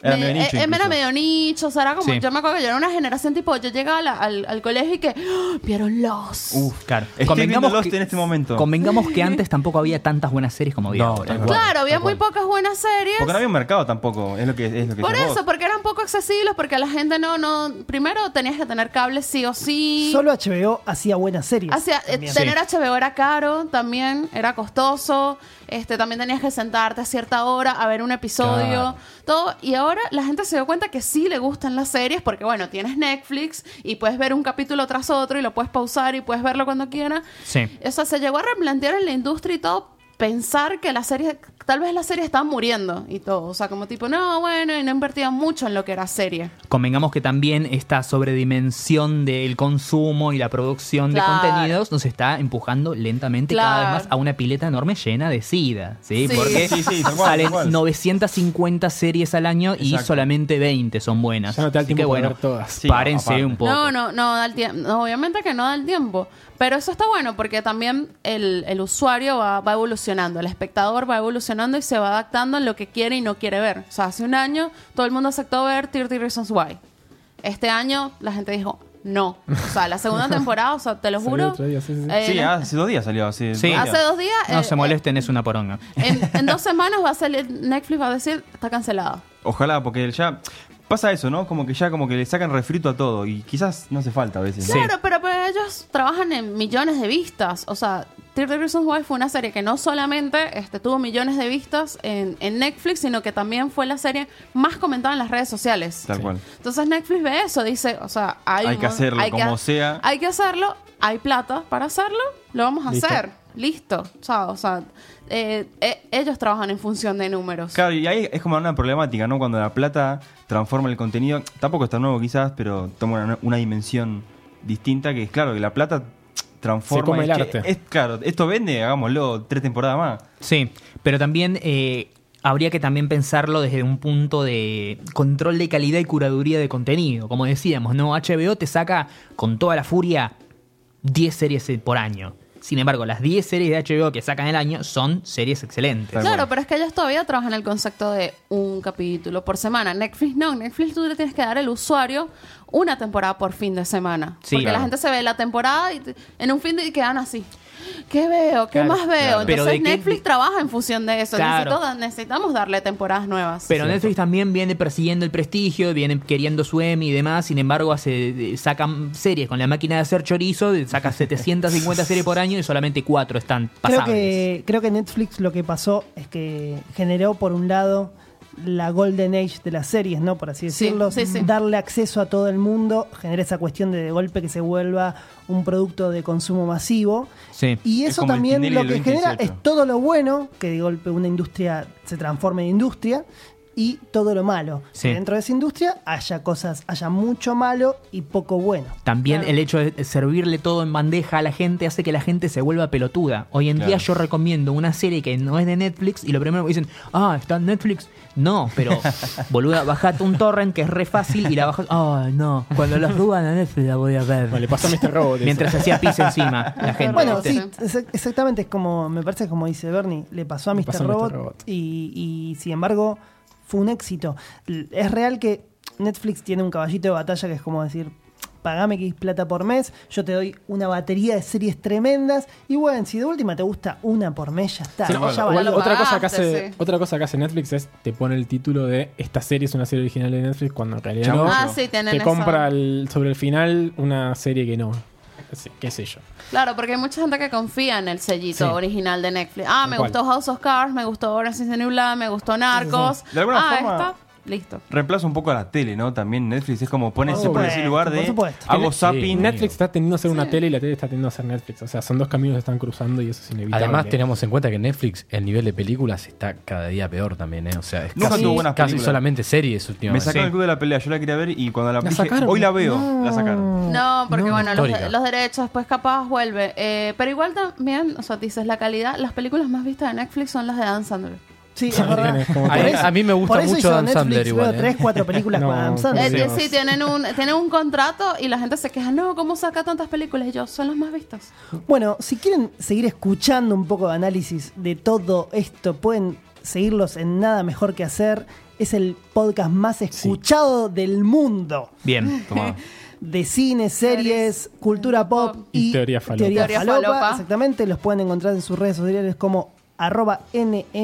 Speaker 3: Era
Speaker 6: Me-
Speaker 3: medio nicho
Speaker 6: eh, em, era
Speaker 3: incluso.
Speaker 6: medio nicho, o sea, era como,
Speaker 5: Sí.
Speaker 6: yo me acuerdo que yo era una generación tipo, yo llegaba a la- al, al colegio y que, ¡Ah! vieron los.
Speaker 5: Uf, claro.
Speaker 3: Estoy viendo Lost en este momento.
Speaker 5: Convengamos que antes tampoco había tantas buenas series como había
Speaker 4: No,
Speaker 5: ahora.
Speaker 4: tal
Speaker 6: claro, había muy pocas buenas series.
Speaker 3: Porque no había un mercado tampoco, es lo que es lo que
Speaker 6: Por
Speaker 3: decías
Speaker 6: eso,
Speaker 3: vos.
Speaker 6: porque eran poco accesibles, porque la gente no, no, primero tenías que tener cable sí o sí.
Speaker 1: Solo HBO hacía buenas series.
Speaker 6: Hacía- eh,
Speaker 1: también.
Speaker 6: tener HBO era caro también, era costoso, este también tenías que sentarte a cierta hora a ver un episodio,
Speaker 4: Claro.
Speaker 6: todo, y ahora la gente se dio cuenta que sí le gustan las series, porque bueno, tienes Netflix y puedes ver un capítulo tras otro y lo puedes pausar y puedes verlo cuando quieras.
Speaker 5: Sí.
Speaker 6: O sea, se llegó a replantear en la industria y todo pensar que las series, tal vez las series estaban muriendo y todo, o sea, como tipo, no, bueno, y no invertían mucho en lo que era serie.
Speaker 5: Convengamos que también esta sobredimensión del consumo y la producción
Speaker 6: Claro.
Speaker 5: de contenidos nos está empujando lentamente cada
Speaker 6: Claro.
Speaker 5: vez más a una pileta enorme llena de sida. ¿sí?
Speaker 6: Sí.
Speaker 5: Porque
Speaker 3: Sí, sí, tal cual,
Speaker 5: salen
Speaker 3: tal cual.
Speaker 5: 950 series al año y
Speaker 3: Exacto.
Speaker 5: solamente 20 son buenas.
Speaker 2: Ya no te da el
Speaker 5: Así
Speaker 2: tiempo
Speaker 5: que
Speaker 2: para
Speaker 5: bueno,
Speaker 2: ver todas.
Speaker 3: Sí,
Speaker 5: párense
Speaker 3: aparte.
Speaker 5: un poco.
Speaker 6: No, no, no da el tiempo. Obviamente que no da el tiempo. Pero eso está bueno porque también el, el usuario va, va evolucionando, el espectador va evolucionando y se va adaptando en lo que quiere y no quiere ver. O sea, hace un año todo el mundo aceptó ver 30 Reasons Why. Este año la gente dijo no. O sea,
Speaker 2: [laughs]
Speaker 6: la segunda temporada, o sea, te lo
Speaker 2: Salió
Speaker 6: juro.
Speaker 2: otro día, sí, sí, sí.
Speaker 6: eh,
Speaker 3: Sí, hace dos días salió así.
Speaker 5: ah, Sí.
Speaker 6: hace dos días.
Speaker 5: No
Speaker 6: eh,
Speaker 5: se molesten, es una poronga.
Speaker 6: eh, en, en dos semanas va a salir Netflix va a decir está cancelado.
Speaker 3: Ojalá, porque ya pasa eso, ¿no? Como que ya como que le sacan refrito a todo y quizás no hace falta a veces. ¿no?
Speaker 6: Claro, pero, pero ellos trabajan en millones de vistas. O sea, 30 Reasons Why fue una serie que no solamente este, tuvo millones de vistas en, en Netflix, sino que también fue la serie más comentada en las redes sociales.
Speaker 3: Tal cual.
Speaker 6: Entonces Netflix ve eso, dice, o sea, hay,
Speaker 3: Hay
Speaker 6: un
Speaker 3: que
Speaker 6: mon-
Speaker 3: hacerlo como sea.
Speaker 6: Hay que hacerlo, hay plata para hacerlo, lo vamos a
Speaker 2: Listo.
Speaker 6: hacer. Listo. O sea, o sea, eh, eh, ellos trabajan en función de números.
Speaker 3: Claro, y ahí es como una problemática, ¿no? Cuando la plata transforma el contenido, tampoco está nuevo quizás, pero toma una, una dimensión distinta que es claro, que la plata transforma...
Speaker 2: Se come
Speaker 3: es
Speaker 2: el
Speaker 3: que-
Speaker 2: arte.
Speaker 3: es- claro, esto vende, hagámoslo tres temporadas más.
Speaker 5: Sí, pero también eh, habría que también pensarlo desde un punto de control de calidad y curaduría de contenido. Como decíamos, ¿no? HBO te saca con toda la furia 10 series por año. Sin embargo, las 10 series de HBO que sacan el año son series excelentes.
Speaker 3: Tal
Speaker 6: Claro,
Speaker 3: cual.
Speaker 6: pero es que ellos todavía trabajan el concepto de un capítulo por semana. Netflix no, Netflix tú le tienes que dar al usuario una temporada por fin de semana.
Speaker 5: Sí,
Speaker 6: porque
Speaker 5: claro.
Speaker 6: la gente se ve la temporada y te- en un fin de y quedan así. ¿Qué veo? ¿Qué más veo?
Speaker 5: claro. Pero
Speaker 6: Entonces
Speaker 5: ¿de qué-
Speaker 6: Netflix trabaja en función de eso.
Speaker 5: Claro.
Speaker 6: Necesito- necesitamos darle temporadas nuevas.
Speaker 5: Pero Netflix también viene persiguiendo el prestigio, viene queriendo su Emmy y demás. Sin embargo, hace, eh, sacan series con la máquina de hacer chorizo, saca 750 series por año y solamente 4 están
Speaker 1: Creo
Speaker 5: pasables.
Speaker 1: que, creo que Netflix lo que pasó es que generó, por un lado, la Golden Age de las series, ¿no? Por así
Speaker 6: Sí,
Speaker 1: decirlo.
Speaker 6: sí, sí.
Speaker 1: Darle acceso a todo el mundo, genera esa cuestión de de golpe que se vuelva un producto de consumo masivo.
Speaker 5: Sí.
Speaker 1: Y
Speaker 3: Es
Speaker 1: eso
Speaker 3: como el
Speaker 1: también
Speaker 3: Tinelli
Speaker 1: lo
Speaker 3: del
Speaker 1: que genera
Speaker 3: 2018.
Speaker 1: es todo lo bueno, que de golpe una industria se transforme en industria, y todo lo malo.
Speaker 5: Sí.
Speaker 1: Que Dentro de esa industria haya cosas, haya mucho malo y poco bueno.
Speaker 5: También el hecho de servirle todo en bandeja a la gente hace que la gente se vuelva pelotuda. Hoy en
Speaker 3: Claro.
Speaker 5: día yo recomiendo una serie que no es de Netflix y lo primero que dicen, ah, está en Netflix. No, pero boluda, bajate un torrent que es re fácil y la bajas. Ah, no, cuando la suban a Netflix la voy a ver.
Speaker 2: Vale, pasó Mr.
Speaker 5: [laughs]
Speaker 2: Robot.
Speaker 5: Mientras hacía pis encima la gente.
Speaker 1: Bueno,
Speaker 5: ¿viste?
Speaker 1: sí, exa- exactamente, es como, me parece como dice Bernie, le pasó a
Speaker 2: Le
Speaker 1: Mr.
Speaker 2: pasó a Mr.
Speaker 1: Robot,
Speaker 2: Robot.
Speaker 1: Y, y, sin embargo fue un éxito. L- Es real que Netflix tiene un caballito de batalla que es como decir, pagame X plata por mes, yo te doy una batería de series tremendas y bueno, si de última te gusta una por mes, ya está.
Speaker 2: Sí,
Speaker 1: ya
Speaker 2: bueno,
Speaker 1: ya
Speaker 2: igual
Speaker 1: valió.
Speaker 6: Ah, lo
Speaker 2: otra, cosa que
Speaker 6: pagaste,
Speaker 2: hace,
Speaker 6: sí.
Speaker 2: otra cosa que hace Netflix es te pone el título de esta serie es una serie original de Netflix cuando en realidad
Speaker 3: Chamuyo.
Speaker 2: no.
Speaker 6: ah, sí, tienen
Speaker 2: te
Speaker 6: eso.
Speaker 2: compra el- sobre el final una serie que no. Sí, qué sé yo.
Speaker 6: Claro, porque hay mucha gente que confía en el sellito
Speaker 2: Sí.
Speaker 6: original de Netflix. Ah, me
Speaker 2: Tal cual.
Speaker 6: gustó House of Cards, me gustó Orange is the New Black, me gustó Narcos.
Speaker 3: De alguna
Speaker 6: ah,
Speaker 3: forma-
Speaker 6: esta, listo.
Speaker 3: Reemplaza un poco a la tele, ¿no? También Netflix es como pone
Speaker 1: Por
Speaker 3: siempre en ese
Speaker 1: supuesto,
Speaker 3: lugar
Speaker 1: por
Speaker 3: de
Speaker 1: supuesto.
Speaker 3: hago
Speaker 4: Sí,
Speaker 3: zapping.
Speaker 2: Netflix está teniendo a ser una
Speaker 6: Sí.
Speaker 2: tele y la tele está teniendo a ser Netflix. O sea, son dos caminos que están cruzando y eso es inevitable.
Speaker 4: Además, tenemos en cuenta que Netflix, el nivel de películas está cada día peor también, ¿eh? O sea, es
Speaker 3: Nunca
Speaker 4: casi,
Speaker 3: tuvo buenas
Speaker 4: casi
Speaker 3: películas.
Speaker 4: solamente series
Speaker 3: Me
Speaker 4: últimamente.
Speaker 3: sacaron el club de la pelea, yo la quería ver y cuando la,
Speaker 2: La
Speaker 3: dije,
Speaker 2: sacaron.
Speaker 3: hoy la veo,
Speaker 2: [laughs]
Speaker 3: la sacaron.
Speaker 6: No, porque
Speaker 4: No,
Speaker 6: bueno, los,
Speaker 4: histórica.
Speaker 6: los derechos después capaz vuelve. Eh, pero igual también, o sea, dices la calidad, las películas más vistas de Netflix son las de Dan Sandler.
Speaker 1: Sí, es verdad.
Speaker 2: Tenés como
Speaker 1: Por
Speaker 4: A mí-
Speaker 1: eso-
Speaker 4: a mí me gusta
Speaker 1: por eso
Speaker 4: mucho
Speaker 1: hizo
Speaker 4: Dan
Speaker 1: Netflix,
Speaker 4: Sandler
Speaker 1: veo
Speaker 4: igual, ¿eh?
Speaker 1: tres, cuatro películas
Speaker 2: No,
Speaker 1: con Adam Sandler.
Speaker 6: Eh,
Speaker 2: Dios.
Speaker 6: sí, tienen un, tienen un contrato y la gente se queja, no, ¿cómo saca tantas películas? Y yo, son las más vistas.
Speaker 1: Bueno, si quieren seguir escuchando un poco de análisis de todo esto, pueden seguirlos en Nada Mejor Que Hacer, es el podcast más escuchado del mundo
Speaker 5: Bien.
Speaker 3: Tomá.
Speaker 1: de cine, series, cultura pop y,
Speaker 2: Y teoría falopa.
Speaker 6: Teoría falopa.
Speaker 1: Exactamente, los pueden encontrar en sus redes sociales como arroba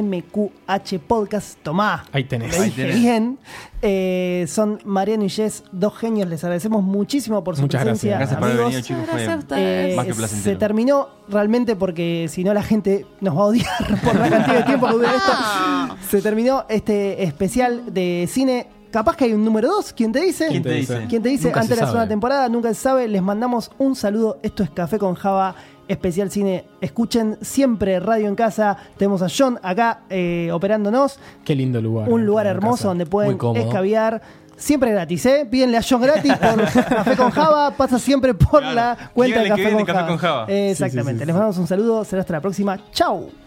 Speaker 1: NMQH Podcast. Tomá.
Speaker 2: Ahí tenés.
Speaker 1: Lo
Speaker 3: Ahí
Speaker 1: dije
Speaker 3: tenés.
Speaker 1: bien. Eh, son Mariano y Jess, dos genios. Les agradecemos muchísimo por su
Speaker 2: Muchas
Speaker 1: presencia.
Speaker 2: gracias.
Speaker 3: Gracias por haber
Speaker 1: amigos.
Speaker 3: venido, chicos. Fue
Speaker 6: Gracias a ustedes.
Speaker 1: Eh,
Speaker 3: más que
Speaker 1: se
Speaker 3: placentero.
Speaker 1: terminó realmente porque si no la gente nos va a odiar [laughs] por la cantidad de tiempo que dura esto.
Speaker 6: Ah.
Speaker 1: Se terminó este especial de cine. Capaz que hay un número 2, ¿quién te dice?
Speaker 3: ¿Quién te dice?
Speaker 1: ¿Quién te dice?
Speaker 4: Nunca se
Speaker 1: Antes de la
Speaker 4: sabe.
Speaker 1: segunda temporada, nunca se sabe. Les mandamos un saludo. Esto es Café con Java, especial cine. Escuchen siempre Radio en Casa. Tenemos a John acá eh, operándonos.
Speaker 2: Qué lindo lugar.
Speaker 1: Un
Speaker 2: ¿no?
Speaker 1: lugar
Speaker 2: Como
Speaker 1: hermoso
Speaker 2: casa.
Speaker 1: donde pueden
Speaker 4: Muy cómodo.
Speaker 1: escabiar. Siempre gratis, ¿eh? Pídenle a John gratis por
Speaker 2: [laughs]
Speaker 1: Café con Java. Pasa siempre por
Speaker 3: Claro.
Speaker 1: la cuenta de
Speaker 3: Díganle que
Speaker 1: Café,
Speaker 3: viene
Speaker 1: con,
Speaker 3: Café
Speaker 1: Java.
Speaker 3: con Java.
Speaker 1: Exactamente. Les mandamos un saludo. Será hasta la próxima. Chau.